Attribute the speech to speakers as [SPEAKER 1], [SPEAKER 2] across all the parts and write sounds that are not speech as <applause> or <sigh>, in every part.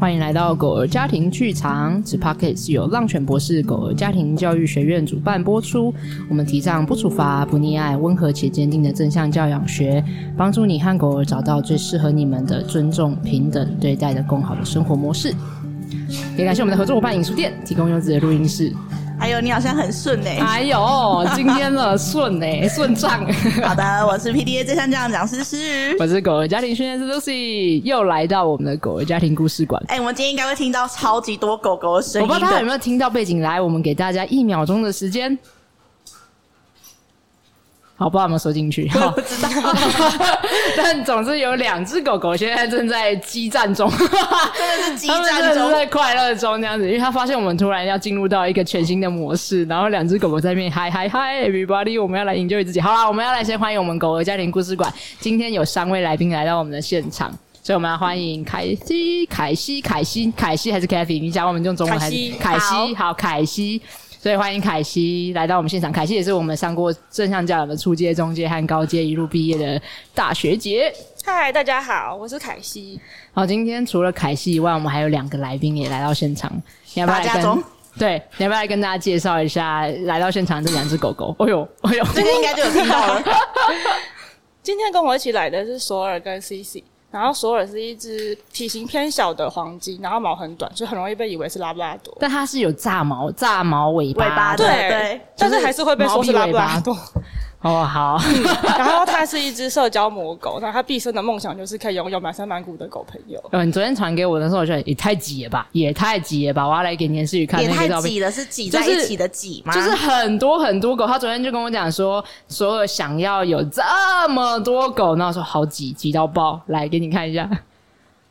[SPEAKER 1] 欢迎来到狗儿家庭剧场。此 p o c k e t 是由浪犬博士狗儿家庭教育学院主办播出。我们提倡不处罚、不溺爱、温和且坚定的正向教养学，帮助你和狗儿找到最适合你们的尊重、平等对待的更好的生活模式。也感谢我们的合作伙伴影书店提供优质的录音室。
[SPEAKER 2] 还有，你好像很顺哎、
[SPEAKER 1] 哎呦，今天了顺哎顺畅。 <laughs>
[SPEAKER 2] 好的，我是 PDA 最上将讲师诗。
[SPEAKER 1] 我是狗儿家庭训练师 Lucy，又来到我们的狗儿家庭故事馆。
[SPEAKER 2] 哎、我们今天应该会听到超级多狗狗的声
[SPEAKER 1] 我
[SPEAKER 2] 音
[SPEAKER 1] 不知道大家有
[SPEAKER 2] 的。
[SPEAKER 1] 没有听到背景，来，我们给大家一秒钟的时间。好，不知道有没有收进
[SPEAKER 2] <laughs>
[SPEAKER 1] 去。好， <laughs> 不知道。但总之有两只狗狗现在正在激战
[SPEAKER 2] <laughs>
[SPEAKER 1] 中，真
[SPEAKER 2] 的是激
[SPEAKER 1] 他
[SPEAKER 2] 战
[SPEAKER 1] 们
[SPEAKER 2] 中
[SPEAKER 1] 真的是在快乐中这样子，因为他发现我们突然要进入到一个全新的模式，然后两只狗狗在那边嗨嗨嗨，everybody，我们要来营救自己。好啦，我们要来先欢迎我们狗儿家庭故事馆，今天有三位来宾来到我们的现场。所以我们要欢迎凯西、凯西、凯西、凯西还是 Kathy？你想我们用中文还
[SPEAKER 3] 凯
[SPEAKER 1] 是
[SPEAKER 3] 西
[SPEAKER 1] 凯西？好，凯西。所以欢迎凯西来到我们现场。凯西也是我们上过正向教养的初阶、中阶和高阶一路毕业的大学姐。
[SPEAKER 3] 嗨，大家好，我是凯西。
[SPEAKER 1] 好，今天除了凯西以外，我们还有两个来宾也来到现场，你要不要来
[SPEAKER 2] 大家中
[SPEAKER 1] 跟？对，你要不要来跟大家介绍一下来到现场这两只狗
[SPEAKER 2] <laughs>
[SPEAKER 1] 狗？哎呦，哎呦，
[SPEAKER 2] 这个应该就有听到了，
[SPEAKER 1] <laughs>
[SPEAKER 3] 今天跟我一起来的是索尔跟 CC，然后索尔是一只体型偏小的黄金，然后毛很短，所以很容易被以为是拉布拉多。
[SPEAKER 1] 但它是有炸毛、炸毛尾巴，
[SPEAKER 2] 尾巴
[SPEAKER 3] 对，
[SPEAKER 2] 的对
[SPEAKER 3] 但是还是会被说是拉布拉多。 <laughs>
[SPEAKER 1] 哦，好，
[SPEAKER 3] 然
[SPEAKER 1] <laughs>
[SPEAKER 2] 嗯
[SPEAKER 3] 后它是一只社交魔狗，那它毕生的梦想就是可以拥有满山满谷的狗朋友。
[SPEAKER 1] 嗯，你昨天传给我的时候，我觉得也太挤了吧，也太挤了吧！我要来给年思雨看
[SPEAKER 2] 也
[SPEAKER 1] 那个
[SPEAKER 2] 太
[SPEAKER 1] 照片。
[SPEAKER 2] 挤了，是挤在一起的挤吗？
[SPEAKER 1] 就是很多很多狗，他昨天就跟我讲说，所有想要有这么多狗，那我说好挤，挤到爆，来给你看一下，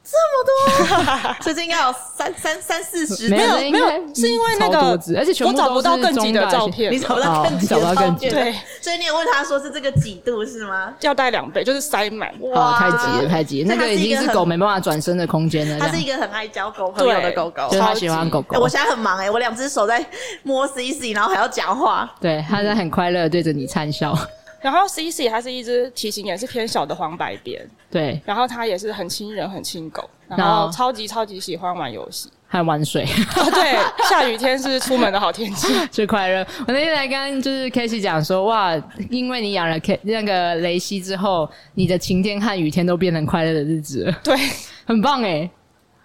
[SPEAKER 1] <laughs>
[SPEAKER 2] 所以这应该有三三三四十
[SPEAKER 1] 没
[SPEAKER 2] 只。
[SPEAKER 1] 有
[SPEAKER 3] 没有没有，是因为那
[SPEAKER 1] 嗯超多只
[SPEAKER 3] 个
[SPEAKER 1] 而且全部
[SPEAKER 3] 我找
[SPEAKER 1] 都
[SPEAKER 3] 不到
[SPEAKER 1] 是
[SPEAKER 3] 更挤的
[SPEAKER 1] 中大
[SPEAKER 3] 照
[SPEAKER 1] 型
[SPEAKER 3] 片
[SPEAKER 2] 你，找不到更挤的
[SPEAKER 1] 哦找不到更
[SPEAKER 2] 照
[SPEAKER 1] 挤
[SPEAKER 2] 片，
[SPEAKER 3] 对，
[SPEAKER 2] 所以你有问他说是这个几度是吗？
[SPEAKER 3] 要带两倍，就是塞满。
[SPEAKER 1] 好，哦
[SPEAKER 2] 哇
[SPEAKER 1] 太挤了，太挤了，那
[SPEAKER 2] 它
[SPEAKER 1] 个
[SPEAKER 2] 是
[SPEAKER 1] 已
[SPEAKER 2] 一
[SPEAKER 1] 经
[SPEAKER 2] 个
[SPEAKER 1] 是
[SPEAKER 2] 很
[SPEAKER 1] 狗没办法转身的空间了，
[SPEAKER 2] 它
[SPEAKER 1] 这样
[SPEAKER 2] 是一个很爱交狗朋友的狗狗。
[SPEAKER 1] 就是他
[SPEAKER 3] 超
[SPEAKER 1] 喜欢
[SPEAKER 3] 级
[SPEAKER 1] 狗
[SPEAKER 2] 哎
[SPEAKER 1] 狗
[SPEAKER 2] 我，现在很忙哎、我两只手在摸 CC，然后还要讲话。
[SPEAKER 1] 对，它在很快乐地对着你灿笑，
[SPEAKER 3] 然后 CC 它是一只体型也是偏小的黄白边，
[SPEAKER 1] 对，
[SPEAKER 3] 然后它也是很亲人、很亲狗，然
[SPEAKER 1] 那
[SPEAKER 3] 后超级超级喜欢玩游戏。 <laughs>
[SPEAKER 1] 还玩水。
[SPEAKER 3] 哦，对，下雨天是出门的好天气。
[SPEAKER 1] <laughs> 最快乐。我那天来跟就是 Casey 讲说，哇，因为你养了 K 那个雷西之后，你的晴天和雨天都变成快乐的日子了，
[SPEAKER 3] 对，
[SPEAKER 1] 很棒哎、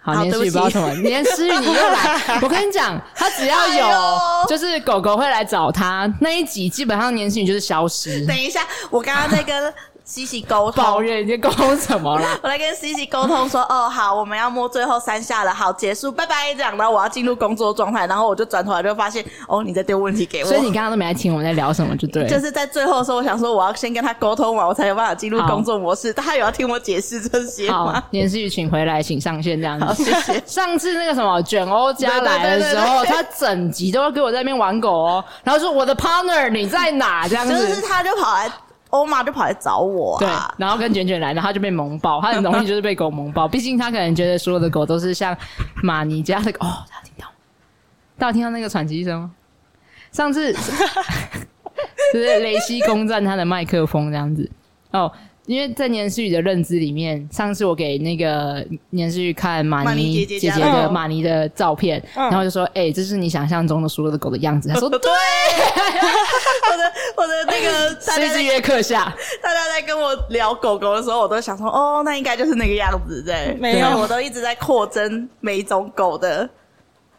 [SPEAKER 1] 好，
[SPEAKER 2] 好
[SPEAKER 1] 年思雨不知
[SPEAKER 2] 对
[SPEAKER 1] 道
[SPEAKER 2] 不起
[SPEAKER 1] 什么，年思雨你又来，我跟你讲，他只要有、
[SPEAKER 2] 哎呦
[SPEAKER 1] 就是狗狗会来找他那一集，基本上年思雨就是消失，
[SPEAKER 2] <laughs> 等一下，我刚刚在
[SPEAKER 1] <laughs>
[SPEAKER 2] 跟 CC 沟通，
[SPEAKER 1] 抱怨你在沟通什么啦？
[SPEAKER 2] 我来跟 C C 沟通说，哦，好，我们要摸最后三下了，好，结束，拜拜，这样，然后我要进入工作状态，然后我就转头来就发现，哦，你在丢问题给我，
[SPEAKER 1] 所以你刚刚都没来听我们在聊什么，就对了。
[SPEAKER 2] 就是在最后的时候，我想说我要先跟他沟通完，我才有办法进入
[SPEAKER 1] 好
[SPEAKER 2] 工作模式，但他有要听我解释这些
[SPEAKER 1] 好
[SPEAKER 2] 吗？，
[SPEAKER 1] 年思雨请回来，请上线这样
[SPEAKER 2] <laughs> 好，
[SPEAKER 1] 子。。
[SPEAKER 2] 谢
[SPEAKER 1] <laughs>
[SPEAKER 2] 谢
[SPEAKER 1] 上次那个什么卷欧家来的时候，
[SPEAKER 2] 对对对对对
[SPEAKER 1] 他整集都要给我在那边玩狗哦，然后说我的 partner 你在哪这样
[SPEAKER 2] 就是
[SPEAKER 1] 子。
[SPEAKER 2] 他就跑来，欧玛就跑来找我
[SPEAKER 1] 对
[SPEAKER 2] 啊，，
[SPEAKER 1] 然后跟卷卷来，然后他就被萌爆，他很容易就是被狗
[SPEAKER 2] <laughs>
[SPEAKER 1] 萌爆。毕竟他可能觉得所有的狗都是像马尼家的狗。哦，大家听到吗？大家听到那个喘息声吗？上
[SPEAKER 2] <laughs>
[SPEAKER 1] 次就是雷西攻占他的麦克风这样子。哦，因为在年思雨的认知里面，上次我给那个年思雨看马
[SPEAKER 2] 马尼
[SPEAKER 1] 尼
[SPEAKER 2] 姐
[SPEAKER 1] 姐
[SPEAKER 2] 姐
[SPEAKER 1] 姐
[SPEAKER 2] 家
[SPEAKER 1] 的
[SPEAKER 3] 嗯
[SPEAKER 1] 马尼的照片，
[SPEAKER 3] 嗯
[SPEAKER 1] 然后就说：“哎、这是你想象中的所有的狗的样子。”他
[SPEAKER 2] <laughs>
[SPEAKER 1] 说：“对，
[SPEAKER 2] 我的我的那个大
[SPEAKER 1] 是一
[SPEAKER 2] 家
[SPEAKER 1] 只
[SPEAKER 2] 在
[SPEAKER 1] 约克夏。
[SPEAKER 2] 大家在跟我聊狗狗的时候，我都想说，哦，那应该就是那个样子，对，
[SPEAKER 3] 没有
[SPEAKER 2] 对我都一直在扩增每一种狗的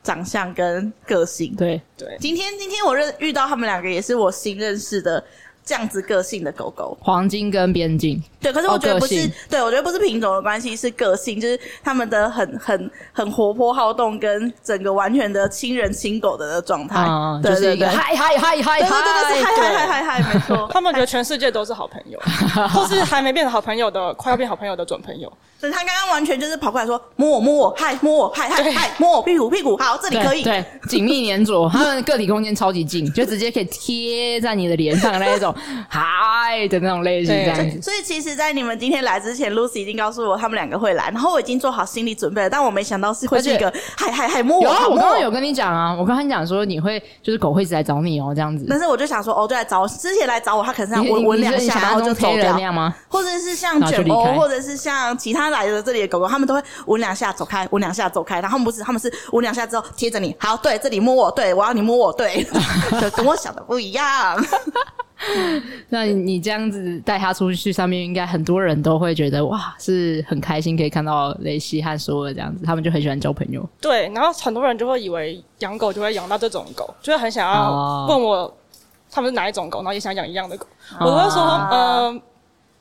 [SPEAKER 2] 长相跟个”性。
[SPEAKER 1] 对，
[SPEAKER 3] 对，
[SPEAKER 2] 今天今天我认遇到他们两个，也是我新认识的这样子个性的狗狗。
[SPEAKER 1] 黄金跟边境，
[SPEAKER 2] 对，可是我觉得不
[SPEAKER 1] 哦个
[SPEAKER 2] 是
[SPEAKER 1] 性，
[SPEAKER 2] 对我觉得不是品种的关系，是个性，就是他们的很很很活泼好动，跟整个完全的亲人亲狗的那个状态。
[SPEAKER 1] 啊、
[SPEAKER 2] 对
[SPEAKER 1] 就是
[SPEAKER 2] 对
[SPEAKER 1] 一
[SPEAKER 2] 对
[SPEAKER 1] 个，嗨嗨嗨嗨
[SPEAKER 2] 对对对对，
[SPEAKER 1] 嗨，
[SPEAKER 2] 是嗨
[SPEAKER 3] 对
[SPEAKER 2] 嗨嗨嗨嗨，没错。
[SPEAKER 3] 他们觉得全世界都是
[SPEAKER 1] <laughs>
[SPEAKER 3] 好朋友，或是还没变成好朋友的，快要变好朋友的准朋友。
[SPEAKER 2] 所以他刚刚完全就是跑过来说摸我摸我嗨摸我嗨嗨
[SPEAKER 3] 对
[SPEAKER 2] 嗨摸我屁股屁股好这里
[SPEAKER 1] 对
[SPEAKER 2] 可以
[SPEAKER 1] 对，紧密粘着，它们个体空间超级近，就直接可以贴在你的脸上的那一种嗨的那种类型，这
[SPEAKER 3] 对
[SPEAKER 1] 样子。
[SPEAKER 2] 所以其实，在你们今天来之前，Lucy 已经告诉我他们两个会来，然后我已经做好心理准备了，但我没想到是会是一个嗨嗨嗨摸
[SPEAKER 1] 有
[SPEAKER 2] 我
[SPEAKER 1] 啊，
[SPEAKER 2] 好
[SPEAKER 1] 我
[SPEAKER 2] 摸
[SPEAKER 1] 刚刚
[SPEAKER 2] 我
[SPEAKER 1] 有跟你讲啊，我刚刚讲说你会就是狗会一直来找你哦，这样子。
[SPEAKER 2] 但是我就想说，哦，对，来找是之前来找我，他可能是这
[SPEAKER 1] 你
[SPEAKER 2] 样闻闻
[SPEAKER 1] 你你
[SPEAKER 2] 两
[SPEAKER 1] 是你
[SPEAKER 2] 下，
[SPEAKER 1] 想
[SPEAKER 2] 然后
[SPEAKER 1] 象
[SPEAKER 2] 就
[SPEAKER 1] 中
[SPEAKER 2] 走
[SPEAKER 1] 黑人
[SPEAKER 2] 掉
[SPEAKER 1] 那，样吗？
[SPEAKER 2] 或者是像
[SPEAKER 1] 然后就
[SPEAKER 2] 卷
[SPEAKER 1] 离
[SPEAKER 2] 欧
[SPEAKER 1] 开，
[SPEAKER 2] 或者是像其他来的这里的狗狗，他们都会哦闻两下走开，闻两下走开。然后他们不是，他们是闻两下之后贴着你，好，对，这里摸我，对我要你摸我，
[SPEAKER 1] <laughs>
[SPEAKER 2] 对， <laughs> 就跟我想的不一样。
[SPEAKER 1] 那你你这样子带他出去，上面应该很多人都会觉得哇，是很开心可以看到雷西和索尔这样子，他们就很喜欢交朋友。
[SPEAKER 3] 对，然后很多人就会以为养狗就会养到这种狗，就会很想
[SPEAKER 1] 哦哦
[SPEAKER 3] 要问我他们是哪一种狗，然后也想养一样的狗。我都会说，嗯、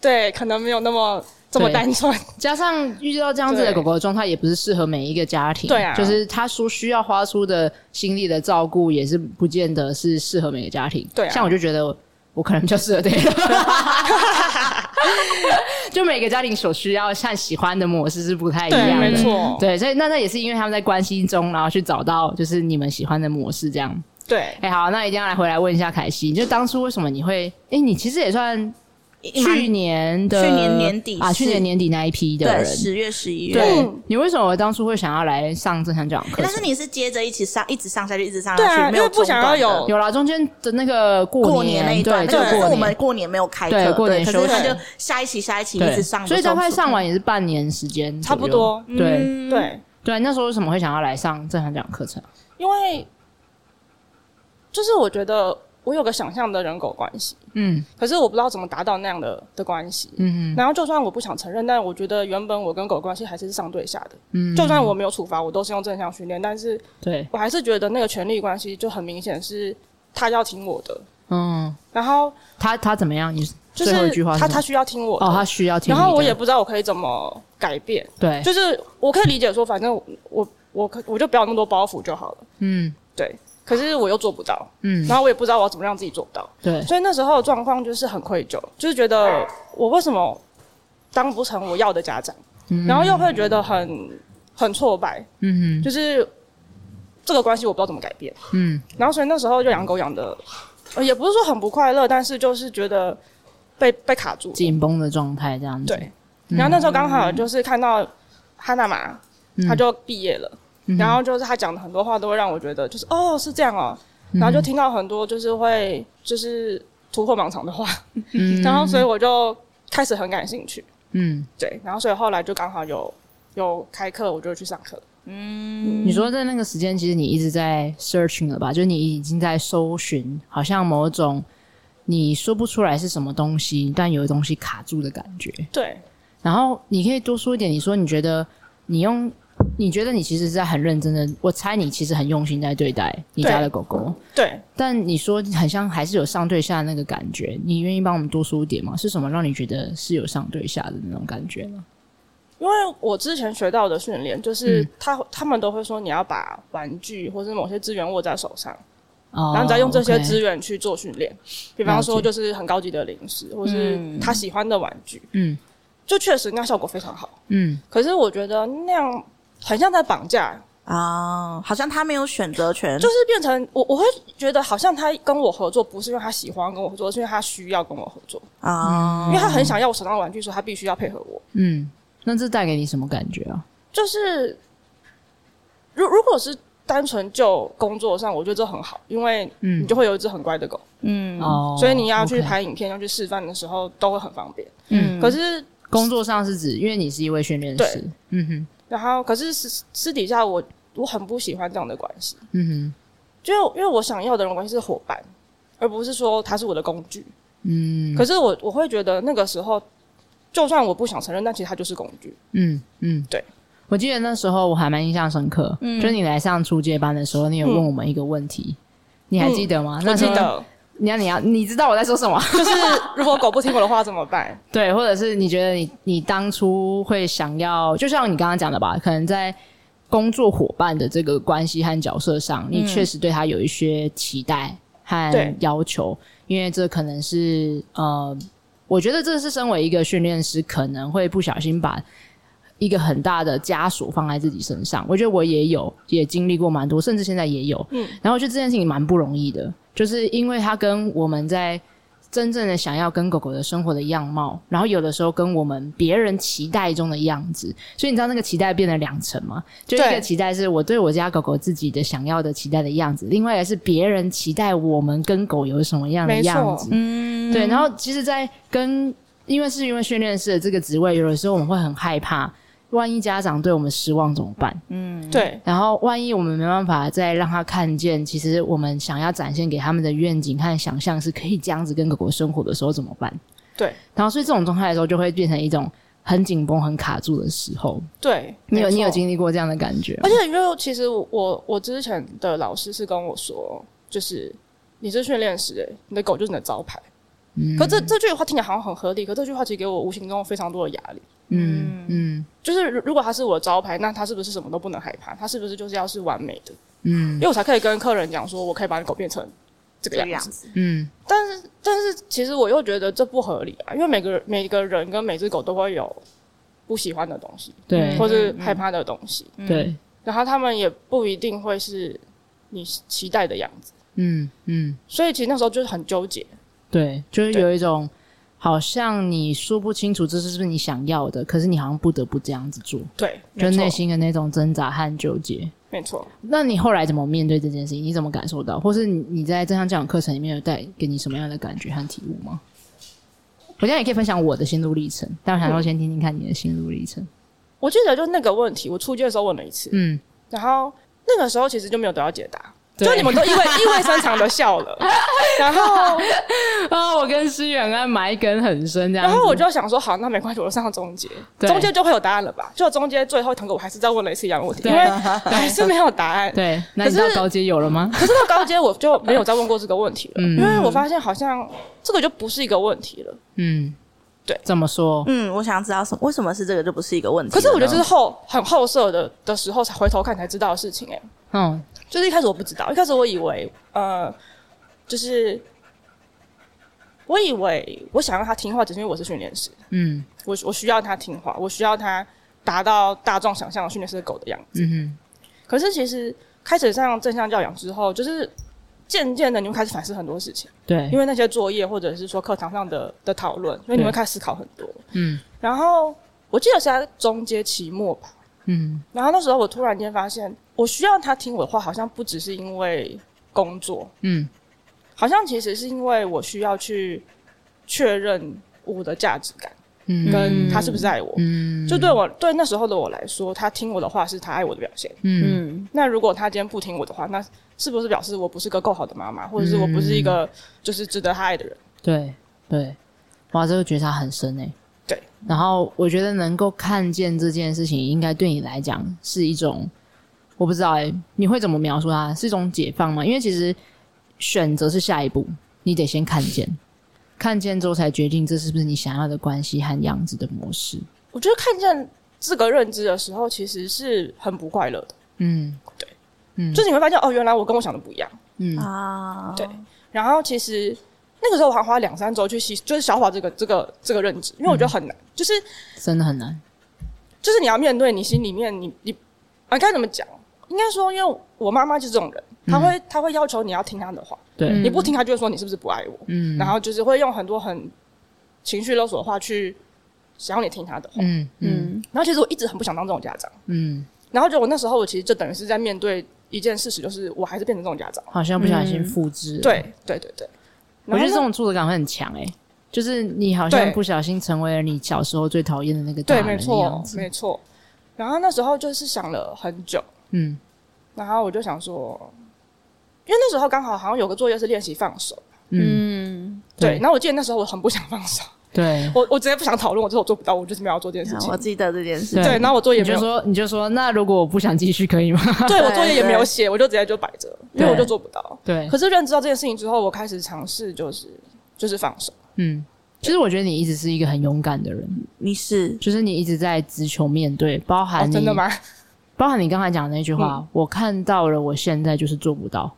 [SPEAKER 3] 对，可能没有那么这么
[SPEAKER 1] 对
[SPEAKER 3] 单纯。
[SPEAKER 1] 加上遇到这样子的
[SPEAKER 3] 对
[SPEAKER 1] 狗狗的状态，也不是适合每一个家庭。
[SPEAKER 3] 对啊
[SPEAKER 1] 就是他所需要花出的心力的照顾，也是不见得是适合每个家庭。
[SPEAKER 3] 对啊
[SPEAKER 1] 像我就觉得我我可能比较适合这个， <laughs> 就每个家庭所需要和喜欢的模式是不太一
[SPEAKER 3] 对，
[SPEAKER 1] 样
[SPEAKER 3] 没
[SPEAKER 1] 的。
[SPEAKER 3] 错，
[SPEAKER 1] 对，所以那那也是因为他们在关系中，然后去找到就是你们喜欢的模式，这样。
[SPEAKER 3] 对，
[SPEAKER 1] 哎、好，那一定要来回来问一下凯西，就当初为什么你会？哎、你其实也算去年的
[SPEAKER 2] 去年年底
[SPEAKER 1] 啊，
[SPEAKER 2] 是
[SPEAKER 1] 去年年底那一批的
[SPEAKER 2] 对
[SPEAKER 1] 人。
[SPEAKER 2] 十月十一月，
[SPEAKER 1] 对
[SPEAKER 3] 嗯
[SPEAKER 1] 你为什么当初会想要来上正向教养课
[SPEAKER 2] 但是
[SPEAKER 1] 程？
[SPEAKER 2] 你是接着一起上，一直上下去，一直上
[SPEAKER 3] 对
[SPEAKER 2] 下
[SPEAKER 3] 啊
[SPEAKER 2] 去，没有
[SPEAKER 3] 因为不
[SPEAKER 2] 中
[SPEAKER 3] 想
[SPEAKER 2] 断
[SPEAKER 3] 要
[SPEAKER 2] 的
[SPEAKER 3] 有
[SPEAKER 1] 有啦，中间的那个
[SPEAKER 2] 过
[SPEAKER 1] 过
[SPEAKER 2] 年那一
[SPEAKER 1] 对，
[SPEAKER 2] 段，
[SPEAKER 1] 就
[SPEAKER 2] 那个
[SPEAKER 1] 是
[SPEAKER 2] 是我
[SPEAKER 1] 过
[SPEAKER 2] 们
[SPEAKER 1] 年。
[SPEAKER 2] 过年没有开
[SPEAKER 1] 对
[SPEAKER 2] 课，
[SPEAKER 1] 过年
[SPEAKER 2] 对
[SPEAKER 1] 休
[SPEAKER 2] 可是他
[SPEAKER 1] 息
[SPEAKER 2] 就下一期下一期一
[SPEAKER 1] 对
[SPEAKER 2] 直，上，
[SPEAKER 1] 所以大概上
[SPEAKER 2] 完
[SPEAKER 1] 完也是半年时间，
[SPEAKER 3] 差不。多。
[SPEAKER 1] 对
[SPEAKER 2] 嗯
[SPEAKER 3] 对，
[SPEAKER 1] 对，那时候为什么会想要来上正向教养课程？
[SPEAKER 3] 因为就是我觉得我有个想象的人狗关系，
[SPEAKER 1] 嗯
[SPEAKER 3] 可是我不知道怎么达到那样的的关系。
[SPEAKER 1] 嗯
[SPEAKER 3] 然后，就算我不想承认，但我觉得原本我跟狗关系还是上对下的。
[SPEAKER 1] 嗯，
[SPEAKER 3] 就算我没有处罚，我都是用正向训练，但是
[SPEAKER 1] 对，
[SPEAKER 3] 我还是觉得那个权利关系就很明显是他要听我的，
[SPEAKER 1] 嗯，
[SPEAKER 3] 然后
[SPEAKER 1] 他他怎么样？你
[SPEAKER 3] 就
[SPEAKER 1] 最后一句
[SPEAKER 3] 是
[SPEAKER 1] 话是
[SPEAKER 3] 他
[SPEAKER 1] 什
[SPEAKER 3] 他
[SPEAKER 1] 么
[SPEAKER 3] 需要听我的，
[SPEAKER 1] 哦，他需要听你
[SPEAKER 3] 然
[SPEAKER 1] 的。
[SPEAKER 3] 后我也不知道我可以怎么改变，
[SPEAKER 1] 对，
[SPEAKER 3] 就是我可以理解说，反正我我我可我就不要那么多包袱就好了，
[SPEAKER 1] 嗯
[SPEAKER 3] 对。可是我又做不到，
[SPEAKER 1] 嗯，
[SPEAKER 3] 然后我也不知道我要怎么让自己做不到，
[SPEAKER 1] 对，
[SPEAKER 3] 所以那时候的状况就是很愧疚，就是觉得我为什么当不成我要的家长，
[SPEAKER 1] 嗯
[SPEAKER 3] 然后又会觉得很很挫败，
[SPEAKER 1] 嗯
[SPEAKER 3] 就是这个关系我不知道怎么改变。
[SPEAKER 1] 哼嗯
[SPEAKER 3] 然后所以那时候就养狗养的，呃也不是说很不快乐，但是就是觉得被被卡住。
[SPEAKER 1] 紧绷的状态这样子。
[SPEAKER 3] 对，然后那时候刚好就是看到哈娜玛，
[SPEAKER 1] 嗯，
[SPEAKER 3] 她就毕业了，
[SPEAKER 1] 嗯
[SPEAKER 3] 然后就是她讲的很多话都会让我觉得就是哦是这样哦，
[SPEAKER 1] 嗯
[SPEAKER 3] 然后就听到很多就是会就是突破盲肠的话，
[SPEAKER 1] 嗯
[SPEAKER 3] 然后所以我就开始很感兴趣。
[SPEAKER 1] 嗯，
[SPEAKER 3] 对，然后所以后来就刚好有有开课，我就去上课了。
[SPEAKER 1] 你
[SPEAKER 3] 嗯
[SPEAKER 1] 说在那个时间，其实你一直在 searching 了吧？就是你已经在搜寻，好像某种你说不出来是什么东西，但有东西卡住的感觉。
[SPEAKER 3] 对，
[SPEAKER 1] 然后你可以多说一点，你说你觉得你用，你觉得你其实是在很认真的，我猜你其实很用心在对待你家的狗狗，
[SPEAKER 3] 对，
[SPEAKER 1] 但你说很像还是有上对下那个感觉，你愿意帮我们多说一点吗？是什么让你觉得是有上对下的那种感觉吗？
[SPEAKER 3] 因为我之前学到的训练，就是
[SPEAKER 1] 嗯
[SPEAKER 3] 他、他们都会说你要把玩具或是某些资源握在手上，
[SPEAKER 1] 哦
[SPEAKER 3] 然后你再用这些
[SPEAKER 1] OK
[SPEAKER 3] 资源去做训练。比方
[SPEAKER 1] 了
[SPEAKER 3] 说，
[SPEAKER 1] 解
[SPEAKER 3] 就是很高级的零食，或是他喜欢的玩具，
[SPEAKER 1] 嗯
[SPEAKER 3] 就确实那效果非常好。
[SPEAKER 1] 嗯，
[SPEAKER 3] 可是我觉得那样很像在绑架，
[SPEAKER 2] 啊，好像他没有选择权，
[SPEAKER 3] 就是变成我我会觉得好像他跟我合作不是因为他喜欢跟我合作，是因为他需要跟我合作，
[SPEAKER 2] 啊，
[SPEAKER 3] 因为他很想要我手上的玩具，所以他必须要配合我。
[SPEAKER 1] 嗯，那这带给你什么感觉啊？
[SPEAKER 3] 就是如如果是单纯就工作上，我觉得这很好，因为
[SPEAKER 1] 嗯
[SPEAKER 3] 你就会有一只很乖的狗，
[SPEAKER 2] 嗯
[SPEAKER 1] 哦，
[SPEAKER 3] 所以你要去
[SPEAKER 1] OK
[SPEAKER 3] 拍影片、要去示范的时候都会很方便。
[SPEAKER 2] 嗯
[SPEAKER 3] 可是，
[SPEAKER 1] 工作上是指，因为你是一位训练师
[SPEAKER 3] 对，
[SPEAKER 1] 嗯哼，
[SPEAKER 3] 然后可是私私底下我我很不喜欢这样的关系，
[SPEAKER 1] 嗯哼，
[SPEAKER 3] 就因为我想要的人关系是伙伴，而不是说他是我的工具。
[SPEAKER 1] 嗯，
[SPEAKER 3] 可是我我会觉得那个时候，就算我不想承认，但其实他就是工具。
[SPEAKER 1] 嗯嗯，
[SPEAKER 3] 对。
[SPEAKER 1] 我记得那时候我还蛮印象深刻，
[SPEAKER 2] 嗯
[SPEAKER 1] 就是你来上初阶班的时候，你有问我们一个问题，你还记得吗？
[SPEAKER 3] 嗯我
[SPEAKER 1] 那
[SPEAKER 3] 记
[SPEAKER 1] 时候，
[SPEAKER 3] 得，
[SPEAKER 1] 你要你要你知道我在说什么？
[SPEAKER 3] 就是如果狗不听我的话怎么办？
[SPEAKER 1] 对，或者是你觉得你你当初会想要，就像你刚刚讲的吧，可能在工作伙伴的这个关系和角色上，你确实对他有一些期待和
[SPEAKER 3] 对
[SPEAKER 1] 要求，因为这可能是呃，我觉得这是身为一个训练师可能会不小心把。一个很大的枷锁放在自己身上，我觉得我也有，也经历过蛮多，甚至现在也有。嗯，然后我觉得这件事情蛮不容易的，就是因为它跟我们在真正的想要跟狗狗的生活的样貌，然后有的时候跟我们别人期待中的样子，所以你知道那个期待变了两层吗？就一个
[SPEAKER 3] 对
[SPEAKER 1] 期待是我对我家狗狗自己的想要的期待的样子，另外一个是别人期待我们跟狗有什么样的
[SPEAKER 3] 没错
[SPEAKER 1] 样子。
[SPEAKER 2] 嗯，
[SPEAKER 1] 对，然后其实，在跟因为是因为训练师的这个职位，有的时候我们会很害怕，万一家长对我们失望怎么办？
[SPEAKER 3] 对，
[SPEAKER 1] 然后万一我们没办法再让他看见，其实我们想要展现给他们的愿景和想象是可以这样子跟狗狗生活的时候怎么办？
[SPEAKER 3] 对，
[SPEAKER 1] 然后所以这种状态的时候，就会变成一种很紧绷、很卡住的时候。
[SPEAKER 3] 对，
[SPEAKER 1] 你有
[SPEAKER 3] 没错
[SPEAKER 1] 你有经历过这样的感觉吗？
[SPEAKER 3] 而且因为其实我我之前的老师是跟我说，就是你是训练师、欸，你的狗就是你的招牌。
[SPEAKER 1] 嗯
[SPEAKER 3] 可这这句话听起来好像很合理，可这句话其实给我无形中非常多的压力。
[SPEAKER 1] 嗯嗯
[SPEAKER 3] 就是如如果它是我的招牌，那它是不是什么都不能害怕？它是不是就是要是完美的？
[SPEAKER 1] 嗯
[SPEAKER 3] 因为我才可以跟客人讲说，我可以把你狗变成这个
[SPEAKER 2] 这个
[SPEAKER 3] 样
[SPEAKER 2] 样
[SPEAKER 3] 子。
[SPEAKER 2] 子，
[SPEAKER 1] 嗯
[SPEAKER 3] 但是但是其实我又觉得这不合理啊，因为每个人每个人跟每只狗都会有不喜欢的东西，
[SPEAKER 1] 对
[SPEAKER 3] 或是害怕的东西，
[SPEAKER 1] 嗯对
[SPEAKER 3] 然后他们也不一定会是你期待的样子。
[SPEAKER 1] 嗯嗯
[SPEAKER 3] 所以其实那时候就是很纠结，
[SPEAKER 1] 对，就是
[SPEAKER 3] 对
[SPEAKER 1] 有一种好像你说不清楚这是不是你想要的，可是你好像不得不这样子做，
[SPEAKER 3] 对，
[SPEAKER 1] 就
[SPEAKER 3] 没
[SPEAKER 1] 内
[SPEAKER 3] 错，
[SPEAKER 1] 心的那种挣扎和纠结。
[SPEAKER 3] 没错。
[SPEAKER 1] 那你后来怎么面对这件事情？你怎么感受到？或是你你在正向教养课程里面有带给你什么样的感觉和体悟吗？我现在也可以分享我的心路历程，但我想说先听听看你的心路历程。
[SPEAKER 3] 我记得就那个问题，我出街的时候问了一次，
[SPEAKER 1] 嗯，
[SPEAKER 3] 然后那个时候其实就没有得到解答，
[SPEAKER 1] 对
[SPEAKER 3] 就你们都意味意味深长的笑 <laughs> 了，然后
[SPEAKER 1] <laughs> 啊，我跟思远安埋根很深这样
[SPEAKER 3] 然
[SPEAKER 1] 子。
[SPEAKER 3] 后我就想说，好，那没关系，我就上中介，
[SPEAKER 1] 对
[SPEAKER 3] 中介就会有答案了吧？就中间最后一堂课，我还是再问了一次一样的问题，
[SPEAKER 1] 对
[SPEAKER 3] 因为还是没有答案。
[SPEAKER 1] 对，那你知道
[SPEAKER 3] 可是
[SPEAKER 1] 高阶有了吗？
[SPEAKER 3] 可是到高阶我就没有再问过这个问题了，
[SPEAKER 1] 嗯
[SPEAKER 3] 因为我发现好像这个就不是一个问题了。
[SPEAKER 1] 嗯，
[SPEAKER 3] 对
[SPEAKER 1] 怎么说？
[SPEAKER 2] 嗯，我想知道什么为什么是这个就不是一个问题
[SPEAKER 3] 可
[SPEAKER 2] 了呢。
[SPEAKER 3] 是我啊觉得这是后很后设的的时候才回头看才知道的事情、哎，
[SPEAKER 1] 嗯，
[SPEAKER 3] 就是一开始我不知道，一开始我以为呃，就是我以为我想让他听话，只是因为我是训练师，
[SPEAKER 1] 嗯
[SPEAKER 3] 我我需要他听话，我需要他达到大众想象的训练师的狗的样子。
[SPEAKER 1] 嗯哼，
[SPEAKER 3] 可是其实开始上正向教养之后，就是渐渐的你会开始反思很多事情，
[SPEAKER 1] 对
[SPEAKER 3] 因，为那些作业或者是说课堂上的的讨论，所以你会
[SPEAKER 1] 对
[SPEAKER 3] 开始思考很多。
[SPEAKER 1] 嗯
[SPEAKER 3] 然后我记得是在中间期末吧，
[SPEAKER 1] 嗯
[SPEAKER 3] 然后那时候我突然间发现，我需要他听我的话，好像不只是因为工作，
[SPEAKER 1] 嗯
[SPEAKER 3] 好像其实是因为我需要去确认我的价值感，
[SPEAKER 1] 嗯，
[SPEAKER 3] 跟他是不是爱我。
[SPEAKER 1] 嗯，
[SPEAKER 3] 就对我对那时候的我来说，他听我的话是他爱我的表现。
[SPEAKER 1] 嗯
[SPEAKER 2] 嗯，
[SPEAKER 3] 那如果他今天不听我的话，那是不是表示我不是个够好的妈
[SPEAKER 1] 嗯
[SPEAKER 3] 妈，或者是我不是一个就是值得他爱的人？
[SPEAKER 1] 对对，哇，这个觉察很深诶、欸
[SPEAKER 3] 对，
[SPEAKER 1] 然后我觉得能够看见这件事情，应该对你来讲是一种，我不知道诶、欸你会怎么描述它？是一种解放吗？因为其实选择是下一步，你得先看
[SPEAKER 3] <laughs>
[SPEAKER 1] 见，看见之后才决定这是不是你想要的关系和样子的模式。
[SPEAKER 3] 我觉得看见这个认知的时候，其实是很不快乐的。
[SPEAKER 1] 嗯，嗯
[SPEAKER 3] 就是你会发现，哦，原来我跟我想的不一样。
[SPEAKER 1] 嗯
[SPEAKER 2] 啊，
[SPEAKER 3] 对然后其实那个时候我还花两三周去吸，就是消化这个这个这个认知，因为我觉得很难，就是
[SPEAKER 1] 真的很难。
[SPEAKER 3] 就是你要面对你心里面你你啊该怎么讲？应该说，因为我妈妈就是这种人，
[SPEAKER 1] 嗯
[SPEAKER 3] 她会她会要求你要听她的话，
[SPEAKER 1] 对，
[SPEAKER 3] 你不听她就会说你是不是不爱我，
[SPEAKER 1] 嗯，
[SPEAKER 3] 然后就是会用很多很情绪勒索的话去想要你听她的话。
[SPEAKER 1] 嗯嗯
[SPEAKER 2] 嗯，
[SPEAKER 3] 然后其实我一直很不想当这种家长，
[SPEAKER 1] 嗯，
[SPEAKER 3] 然后就我那时候我其实就等于是在面对一件事实，就是我还是变成这种家长。
[SPEAKER 1] 好像不小心复制了。
[SPEAKER 3] 嗯对对对对，
[SPEAKER 1] 我觉得这
[SPEAKER 3] 然后
[SPEAKER 1] 种触动感会很强诶、就是你好像
[SPEAKER 3] 对
[SPEAKER 1] 不小心成为了你小时候最讨厌的那个大人
[SPEAKER 3] 对，没
[SPEAKER 1] 的样
[SPEAKER 3] 错
[SPEAKER 1] 子。
[SPEAKER 3] 没错。然后那时候就是想了很久，
[SPEAKER 1] 嗯
[SPEAKER 3] 然后我就想说，因为那时候刚好好像有个作业是练习放手，
[SPEAKER 1] 嗯，
[SPEAKER 2] 嗯，
[SPEAKER 1] 对
[SPEAKER 3] 对。然后我记得那时候我很不想放手，
[SPEAKER 1] 对。
[SPEAKER 3] 我我直接不想讨论，我就说我做不到，我就是没有要做这件事
[SPEAKER 2] 啊
[SPEAKER 3] 情
[SPEAKER 2] 我。记得这件事
[SPEAKER 1] 对，
[SPEAKER 3] 对，然后我作业
[SPEAKER 1] 你
[SPEAKER 3] 没
[SPEAKER 1] 就
[SPEAKER 3] 有，
[SPEAKER 1] 说你就说，那如果我不想继续，可以吗？ <laughs>
[SPEAKER 3] 对我
[SPEAKER 2] 对
[SPEAKER 3] 作业也没
[SPEAKER 2] 对
[SPEAKER 3] 有写，我就直接就摆着，因为
[SPEAKER 1] 对
[SPEAKER 3] 我就做不到。
[SPEAKER 1] 对
[SPEAKER 3] 可，是认知到这件事情之后，我开始尝试就是就是放手。
[SPEAKER 1] 嗯，其实我觉得你一直是一个很勇敢的人，
[SPEAKER 2] 你是
[SPEAKER 1] 就是你一直在直求面对，包
[SPEAKER 3] 哦，
[SPEAKER 1] 含啊你，
[SPEAKER 3] 真的吗？
[SPEAKER 1] 包含你刚才讲的那句话，我看到了，我现在就是做不到。
[SPEAKER 3] 嗯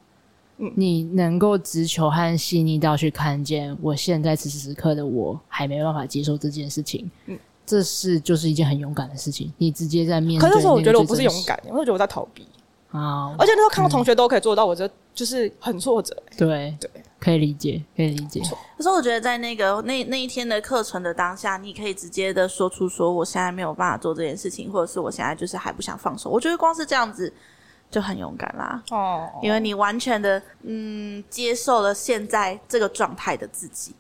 [SPEAKER 1] 你能够直球和细腻到去看见，我现在此时此刻的我还没办法接受这件事情，
[SPEAKER 3] 嗯
[SPEAKER 1] 这是就是一件很勇敢的事情。你直接在面对
[SPEAKER 3] 可
[SPEAKER 1] 那个最真实，
[SPEAKER 3] 是那时候我觉得我不是勇敢，我就觉得我在逃避。
[SPEAKER 1] 啊
[SPEAKER 3] 而，且那时候看到同学都可以做到，我就就是很挫折。欸
[SPEAKER 1] 对
[SPEAKER 3] 对，
[SPEAKER 1] 可以理解，可以理解。
[SPEAKER 2] 可是我觉得在那个那那一天的课程的当下，你可以直接的说出说我现在没有办法做这件事情，或者是我现在就是还不想放手。我觉得光是这样子就很勇敢啦，
[SPEAKER 3] 哦，
[SPEAKER 2] 因为你完全的嗯接受了现在这个状态的自己。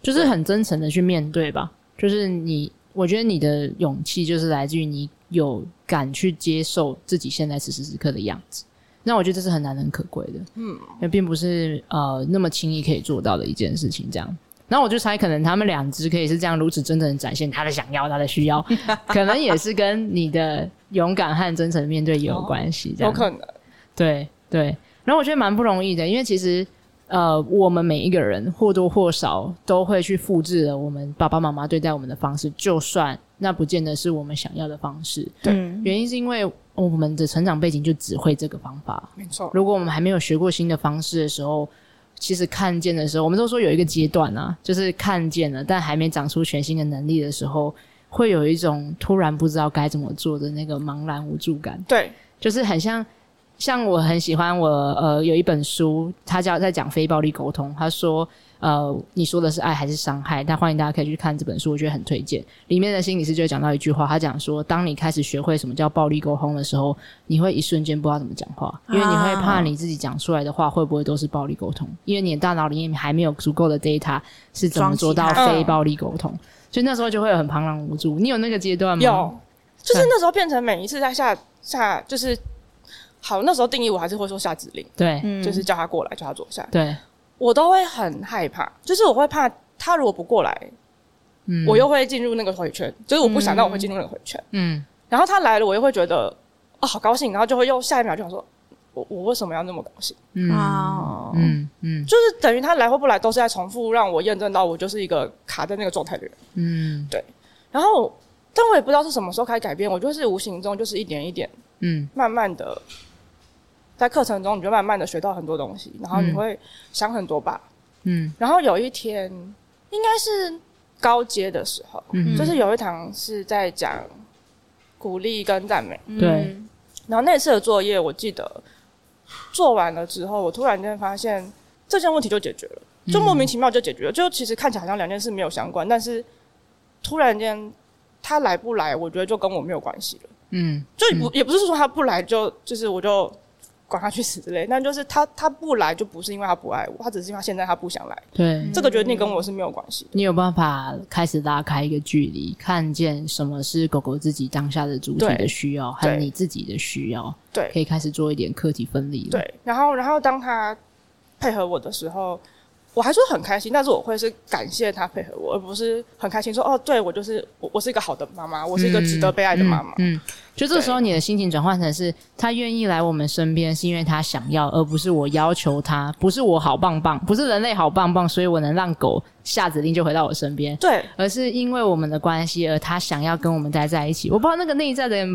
[SPEAKER 1] 就是很真诚的去面对吧。就是你，我觉得你的勇气就是来自于你有敢去接受自己现在此时此刻的样子。那我觉得这是很难能可贵的，嗯，也并不是呃那么轻易可以做到的一件事情。这样，那我就猜，可能他们两只可以是这样如此真诚地展现他的想要、他的需要，可能也是跟你的勇敢和真诚面对也有关系。这
[SPEAKER 3] 有
[SPEAKER 1] 样，
[SPEAKER 3] 可能，
[SPEAKER 1] 对对，然后我觉得蛮不容易的，因为其实呃，我们每一个人或多或少都会去复制了我们爸爸妈妈对待我们的方式，就算那不见得是我们想要的方式。
[SPEAKER 3] 对
[SPEAKER 2] 嗯
[SPEAKER 1] 原因是因为我们的成长背景就只会这个方法，
[SPEAKER 3] 没错，
[SPEAKER 1] 如果我们还没有学过新的方式的时候，其实看见的时候，我们都说有一个阶段啊，就是看见了，但还没长出全新的能力的时候，会有一种突然不知道该怎么做的那个茫然无助感。
[SPEAKER 3] 对，
[SPEAKER 1] 就是很像，像我很喜欢我呃有一本书，它叫在讲非暴力沟通，他说呃你说的是爱还是伤害？但欢迎大家可以去看这本书，我觉得很推荐。里面的心理师就讲到一句话，他讲说，当你开始学会什么叫暴力沟通的时候，你会一瞬间不知道怎么讲话，因
[SPEAKER 3] 啊
[SPEAKER 1] 为你会怕你自己讲出来的话会不会都是暴力沟通，因为你的大脑里面还没有足够的 data 是怎么做到
[SPEAKER 2] 装
[SPEAKER 3] 起来
[SPEAKER 1] 非暴力沟通。所以那时候就会很彷徨无助。你有那个阶段吗？
[SPEAKER 3] 嗯有，就是那时候变成每一次在下下就是。好，那时候定义我还是会说下指令，
[SPEAKER 1] 对、
[SPEAKER 2] 嗯
[SPEAKER 3] 就是叫他过来，叫他坐下，
[SPEAKER 1] 对，
[SPEAKER 3] 我都会很害怕，就是我会怕他如果不过来，
[SPEAKER 1] 嗯，
[SPEAKER 3] 我又会进入那个回圈，就是我不想到我会进入那个回圈。
[SPEAKER 1] 嗯
[SPEAKER 3] 然后他来了，我又会觉得哦好高兴，然后就会又下一秒就想说，我我为什么要那么高兴？
[SPEAKER 1] 嗯
[SPEAKER 2] 哦，
[SPEAKER 1] 嗯嗯
[SPEAKER 3] 就是等于他来或不来都是在重复让我验证到我就是一个卡在那个状态的人。
[SPEAKER 1] 嗯
[SPEAKER 3] 然后，但我也不知道是什么时候开始改变，我就是无形中就是一点一点，
[SPEAKER 1] 嗯
[SPEAKER 3] 慢慢的在课程中你就慢慢的学到很多东西，然后你会想很多吧。
[SPEAKER 1] 嗯
[SPEAKER 3] 然后有一天应该是高阶的时候，
[SPEAKER 1] 嗯，
[SPEAKER 3] 就是有一堂是在讲鼓励跟赞美。
[SPEAKER 2] 嗯
[SPEAKER 1] 对，
[SPEAKER 3] 然后那次的作业，我记得做完了之后，我突然间发现这件问题就解决了，
[SPEAKER 1] 嗯
[SPEAKER 3] 就莫名其妙就解决了。就其实看起来好像两件事没有相关，但是突然间他来不来，我觉得就跟我没有关系了。
[SPEAKER 1] 嗯
[SPEAKER 3] 就也不、也不是说他不来就就是我就管他去死之类，但就是他他不来就不是因为他不爱我，他只是因为他现在他不想来，
[SPEAKER 1] 对，
[SPEAKER 3] 这个决定跟我是没有关系的。
[SPEAKER 1] 你有办法开始拉开一个距离，看见什么是狗狗自己当下的主体的需要和你自己的需要，
[SPEAKER 3] 对
[SPEAKER 1] 可以开始做一点课题分离了。，
[SPEAKER 3] 对，然后然后当他配合我的时候，我还说很开心，但是我会是感谢他配合我，而不是很开心说哦，对我就是我，我是一个好的妈妈，我是一个值得被爱的妈妈。
[SPEAKER 1] 嗯，就这时候你的心情转换成是，他愿意来我们身边是因为他想要，而不是我要求他，不是我好棒棒，不是人类好棒棒，所以我能让狗下指令就回到我身边。
[SPEAKER 3] 对
[SPEAKER 1] 而是因为我们的关系而他想要跟我们待在一起。我不知道那个内在的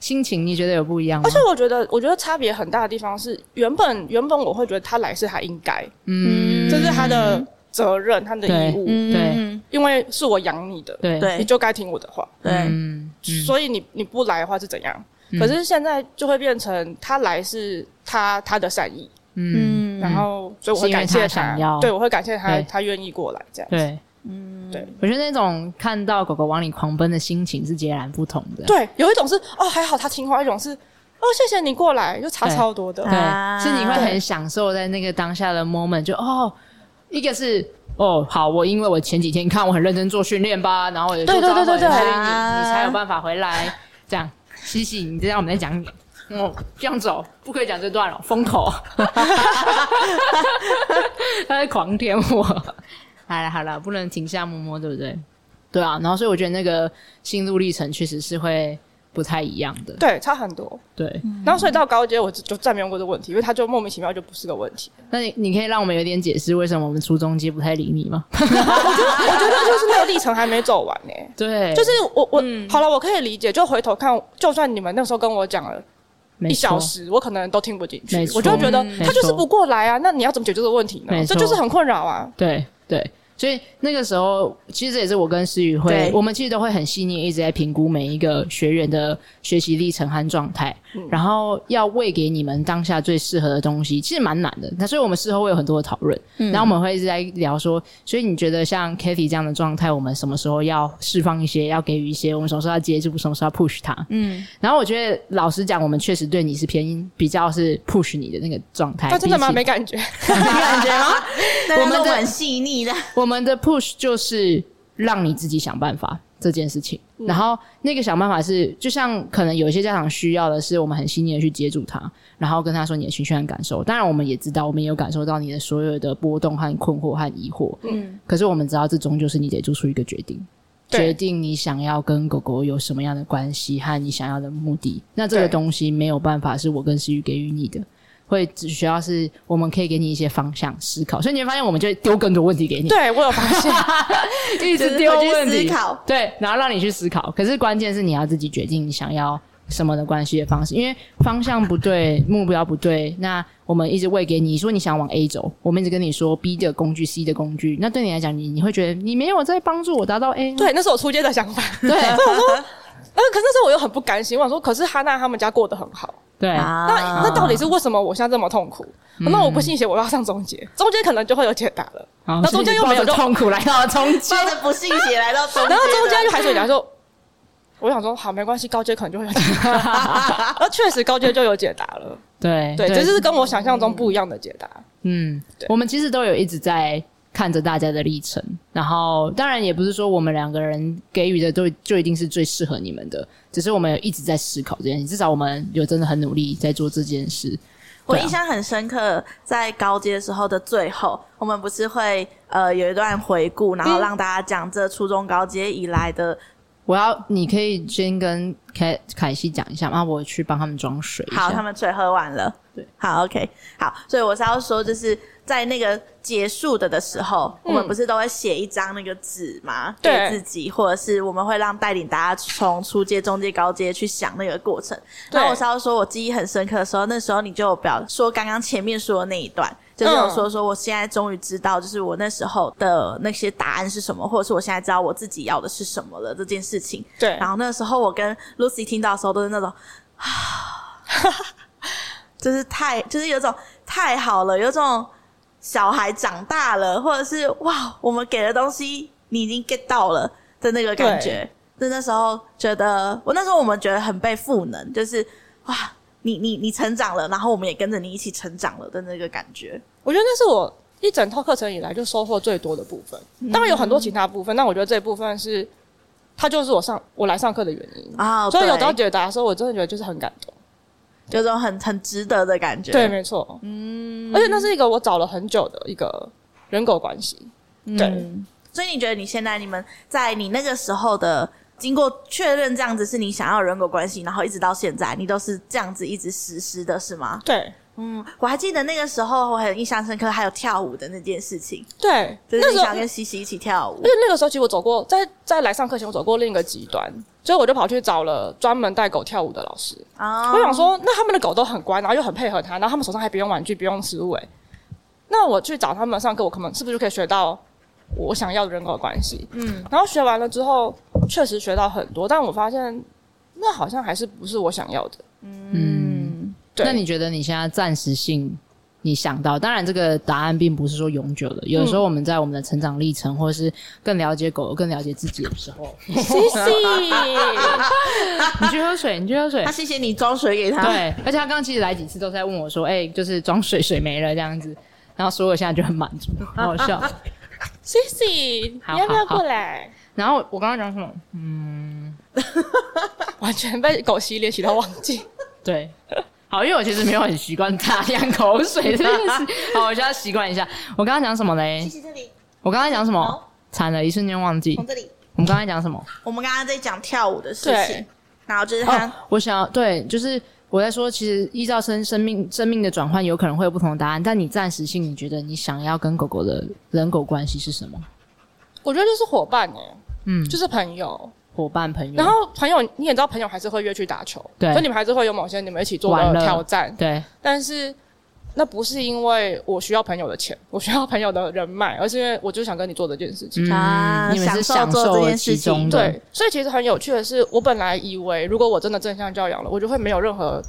[SPEAKER 1] 心情，你觉得有不一样吗
[SPEAKER 3] 而？且我觉得，我觉得差别很大的地方是，原本原本我会觉得他来是他应该，
[SPEAKER 1] 嗯，
[SPEAKER 3] 这是他的责任，他的义务，
[SPEAKER 2] 嗯
[SPEAKER 1] 对
[SPEAKER 3] 因为是我养你的，
[SPEAKER 1] 对
[SPEAKER 3] 你
[SPEAKER 2] 对
[SPEAKER 3] 就该听我的话。
[SPEAKER 2] 对，
[SPEAKER 1] 嗯嗯
[SPEAKER 3] 所以你你不来的话是怎样？可是现在就会变成他来是他他的善意，
[SPEAKER 1] 嗯，
[SPEAKER 2] 嗯
[SPEAKER 3] 然后所以我会感
[SPEAKER 1] 是因
[SPEAKER 3] 谢
[SPEAKER 1] 为他想要
[SPEAKER 3] 对我会感谢他，
[SPEAKER 1] 对
[SPEAKER 3] 他愿意过来这样。
[SPEAKER 1] 对。
[SPEAKER 3] 对
[SPEAKER 1] 我觉得那种看到狗狗往你狂奔的心情是截然不同的。
[SPEAKER 3] 对，有一种是哦还好他听话，一种是哦谢谢你过来，就差超多的。
[SPEAKER 1] 对，
[SPEAKER 2] 啊
[SPEAKER 1] 是你会很享受在那个当下的 moment，就哦，一个是哦，好，我因为我前几天看我很认真做训练吧，然后我有
[SPEAKER 3] 对对对对对
[SPEAKER 1] 所以
[SPEAKER 2] 啊
[SPEAKER 1] 你你才有办法回来，这样，西西，你知道我们在讲你。哦，这样走不可以讲这段了，封
[SPEAKER 3] <laughs>
[SPEAKER 1] 口。他在狂舔我。好了好了，不能停下摸摸，对不对？对啊，然后所以我觉得那个心路历程确实是会不太一样的。
[SPEAKER 3] 对，差很多。
[SPEAKER 1] 对，
[SPEAKER 3] 然后所以到高阶，我就就再没用过这个问题，因为他就莫名其妙就不是个问题。
[SPEAKER 1] 那你你可以让我们有点解释为什么我们初中阶不太理你吗？
[SPEAKER 3] 我觉得就是那个历程还没走完呢、
[SPEAKER 1] 对，
[SPEAKER 3] <laughs>
[SPEAKER 1] 嗯
[SPEAKER 3] 就是我我、好了，我可以理解。就回头看，就算你们那时候跟我讲了
[SPEAKER 1] 没
[SPEAKER 3] 一小
[SPEAKER 1] 错，
[SPEAKER 3] 时，我可能都听不进去
[SPEAKER 1] 没，错
[SPEAKER 3] 我就会觉得
[SPEAKER 1] 嗯没
[SPEAKER 3] 他就是
[SPEAKER 1] 错
[SPEAKER 3] 不过来啊，那你要怎么解决这个问题
[SPEAKER 1] 没
[SPEAKER 3] 呢？
[SPEAKER 1] 错
[SPEAKER 3] 这就是很困扰啊。
[SPEAKER 1] 对对。所以那个时候，其实这也是我跟思雨会
[SPEAKER 2] 对，
[SPEAKER 1] 我们其实都会很细腻，一直在评估每一个学员的学习历程和状态，
[SPEAKER 3] 嗯
[SPEAKER 1] 然后要喂给你们当下最适合的东西，其实蛮难的。那所以我们事后会有很多的讨论，
[SPEAKER 3] 嗯
[SPEAKER 1] 然后我们会一直在聊说，所以你觉得像 Kathy 这样的状态，我们什么时候要释放一些，要给予一些，我们什么时候要接住，什么时候要 push 它？
[SPEAKER 2] 嗯，
[SPEAKER 1] 然后我觉得，老实讲，我们确实对你是偏比较是 push 你的那个状态，
[SPEAKER 3] 但真的吗？
[SPEAKER 1] 比起
[SPEAKER 3] 没感觉， <laughs>
[SPEAKER 1] 感觉吗？
[SPEAKER 2] 我
[SPEAKER 1] 我们
[SPEAKER 2] 们
[SPEAKER 1] 的
[SPEAKER 2] 很细腻的，
[SPEAKER 1] <laughs> 我们的 push 就是让你自己想办法这件事情，然后那个想办法是，就像可能有一些家长需要的是，我们很细腻的去接住他，然后跟他说你的情绪和感受。当然，我们也知道，我们也有感受到你的所有的波动和困惑和疑惑。嗯，可是我们知道，这终究是你得做出一个决定。
[SPEAKER 3] 对
[SPEAKER 1] 决定你想要跟狗狗有什么样的关系和你想要的目的。那这个
[SPEAKER 3] 对
[SPEAKER 1] 东西没有办法是我跟思雨给予你的，会只需要是我们可以给你一些方向思考。所以你会发现，我们就会丢更多问题给你，
[SPEAKER 3] 对我有发现，
[SPEAKER 1] <laughs> 一直丢问
[SPEAKER 2] 就是回去
[SPEAKER 1] 题
[SPEAKER 2] 思考，
[SPEAKER 1] 对，然后让你去思考。可是关键是你要自己决定你想要什么的关系的方式，因为方向不对，目标不对，那我们一直喂给你说你想往 A 走，我们一直跟你说 B 的工具、C 的工具，那对你来讲，你你会觉得你没有在帮助我达到 A，
[SPEAKER 3] 对，那是我出街的想法。 <laughs>
[SPEAKER 1] 对
[SPEAKER 3] 呃，可是那时候我又很不甘心，我想说，可是哈娜他们家过得很好，
[SPEAKER 1] 对
[SPEAKER 2] 啊
[SPEAKER 3] 那、那到底是为什么我现在这么痛苦？
[SPEAKER 1] 嗯
[SPEAKER 3] 那我不信邪，我要上中介，中介可能就会有解答了。
[SPEAKER 1] 好
[SPEAKER 3] 那中间又没
[SPEAKER 1] 所
[SPEAKER 3] 有
[SPEAKER 1] 以你抱着
[SPEAKER 3] 肉
[SPEAKER 1] 痛苦来到了中间，
[SPEAKER 2] 抱着不信邪来到中间，
[SPEAKER 3] 然后中间就还是有讲说，我想说好没关系，高阶可能就会有解
[SPEAKER 2] <laughs>
[SPEAKER 3] 答。那确实高阶就有解答了，
[SPEAKER 1] <laughs> 对
[SPEAKER 3] 对，只是跟我想象中不一样的解答。
[SPEAKER 1] 嗯
[SPEAKER 3] 对，
[SPEAKER 1] 我们其实都有一直在看着大家的历程，然后当然也不是说我们两个人给予的都就一定是最适合你们的，只是我们有一直在思考这件事，至少我们有真的很努力在做这件事。
[SPEAKER 2] 我
[SPEAKER 1] 对啊
[SPEAKER 2] 印象很深刻，在高阶的时候的最后，我们不是会呃有一段回顾，然后让大家讲这初中高阶以来的。
[SPEAKER 1] 我要，你可以先跟凯凯西讲一下啊，我去帮他们装水一下。
[SPEAKER 2] 好，他们水喝完了。对，好，OK，好，所以我是要说，就是在那个结束的的时候，我们不是都会写一张那个纸吗？
[SPEAKER 3] 对
[SPEAKER 2] 给自己，或者是我们会让带领大家从初阶、中阶、高阶去想那个过程。
[SPEAKER 3] 对
[SPEAKER 2] 然后我稍微说，我记忆很深刻的时候，那时候你就有表说刚刚前面说的那一段，就是有说说我现在终于知道，就是我那时候的那些答案是什么，或者是我现在知道我自己要的是什么了这件事情。
[SPEAKER 3] 对
[SPEAKER 2] 然，后那时候我跟 Lucy 听到的时候都是那种，啊， <laughs> 就是太就是有种太好了，有种小孩长大了，或者是哇，我们给的东西你已经 get 到了的那个感觉。就那时候觉得，我那时候我们觉得很被赋能，就是哇，你你你成长了，然后我们也跟着你一起成长了的那个感觉。
[SPEAKER 3] 我觉得那是我一整套课程以来就收获最多的部分。
[SPEAKER 2] 嗯
[SPEAKER 3] 当然有很多其他部分，但我觉得这部分是它就是我上我来上课的原因。
[SPEAKER 2] 啊、
[SPEAKER 3] 所以有
[SPEAKER 2] 对
[SPEAKER 3] 到解答的时候，我真的觉得就是很感动。
[SPEAKER 2] 有种很很值得的感觉。
[SPEAKER 3] 对，没错，嗯，而且那是一个我找了很久的一个人狗关系。
[SPEAKER 2] 嗯
[SPEAKER 3] 对，
[SPEAKER 2] 所以你觉得你现在你们在你那个时候的经过确认这样子是你想要的人狗关系，然后一直到现在你都是这样子一直实施的是吗？
[SPEAKER 3] 对，
[SPEAKER 2] 嗯，我还记得那个时候我很印象深刻，还有跳舞的那件
[SPEAKER 1] <laughs>
[SPEAKER 2] 事情，
[SPEAKER 3] 对，
[SPEAKER 2] 就是
[SPEAKER 3] 那
[SPEAKER 2] 你
[SPEAKER 3] 时候，
[SPEAKER 2] 想
[SPEAKER 3] 而且
[SPEAKER 2] 跟西西一起跳舞。
[SPEAKER 3] 那个时候其实我走过，在在来上课前我走过另一个极端，所以我就跑去找了专门带狗跳舞的老师。
[SPEAKER 2] 啊
[SPEAKER 3] 我想，
[SPEAKER 1] 嗯
[SPEAKER 3] 说，那他们的狗都很乖，然后又很配合他，然后他们手上还不用玩具，不用食物、哎，那我去找他们上课，我可能是不是就可以学到我想要的人狗关系？
[SPEAKER 2] 嗯，
[SPEAKER 3] 然后学完了之后，确实学到很多，但我发现那好像还是不是我想要的。
[SPEAKER 1] 嗯，
[SPEAKER 3] 对
[SPEAKER 1] 那你觉得你现在暂时性你想到，当然这个答案并不是说永久的，有的时候我们在我们的成长历程，或者是更了解狗、更了解自己的时候，
[SPEAKER 3] 西西，
[SPEAKER 1] 嗯 <laughs> 你去喝水，你去喝水
[SPEAKER 2] <laughs> 那。谢谢你装水给他。，
[SPEAKER 1] <laughs> 对，而且他刚刚其实来几次都在问我说：“哎、就是装水水没了这样子。”然后所以我现在就很满足，很好
[SPEAKER 2] <laughs>
[SPEAKER 1] 笑。
[SPEAKER 3] 西西，
[SPEAKER 1] 好
[SPEAKER 3] 你要不要
[SPEAKER 1] 好好
[SPEAKER 3] 过来？
[SPEAKER 1] 然后我刚刚讲什么？
[SPEAKER 3] 完全被狗洗脸洗到忘记。
[SPEAKER 1] 对，好，因为我其实没有很习惯大量口水这件事。
[SPEAKER 2] <laughs>
[SPEAKER 1] 好，我现在习惯一下。我刚刚讲什么嘞
[SPEAKER 2] 西？西这里，
[SPEAKER 1] 我刚刚讲什么
[SPEAKER 2] 好？
[SPEAKER 1] 惨了，一瞬间忘记
[SPEAKER 2] 从。这里，
[SPEAKER 1] 我们刚才讲什么？
[SPEAKER 2] 我们刚刚在讲跳舞的事情
[SPEAKER 3] 对，
[SPEAKER 2] 然后就是他
[SPEAKER 1] 哦，我想要对，就是我在说，其实依照生生命生命的转换，有可能会有不同的答案。但你暂时性，你觉得你想要跟狗狗的人狗关系是什么？
[SPEAKER 3] 我觉得就是伙伴哎、
[SPEAKER 1] 嗯，
[SPEAKER 3] 就是朋友。
[SPEAKER 1] 伙伴、朋友，
[SPEAKER 3] 然后朋友，你也知道，朋友还是会约去打球，
[SPEAKER 1] 对
[SPEAKER 3] 所以你们还是会有某些你们一起做
[SPEAKER 1] 玩
[SPEAKER 3] 的
[SPEAKER 1] 乐
[SPEAKER 3] 挑战。
[SPEAKER 1] 对
[SPEAKER 3] 但是那不是因为我需要朋友的钱，我需要朋友的人脉，而是因为我就想跟你做这件事情。
[SPEAKER 2] 啊
[SPEAKER 1] 嗯你们是
[SPEAKER 2] 享
[SPEAKER 1] 享
[SPEAKER 2] 受做
[SPEAKER 1] 受
[SPEAKER 2] 这
[SPEAKER 1] 了
[SPEAKER 2] 件事
[SPEAKER 1] 其
[SPEAKER 2] 情
[SPEAKER 1] 中的，
[SPEAKER 3] 对，所以其实很有趣的是，我本来以为如果我真的正向教养了，我就会没有任何呃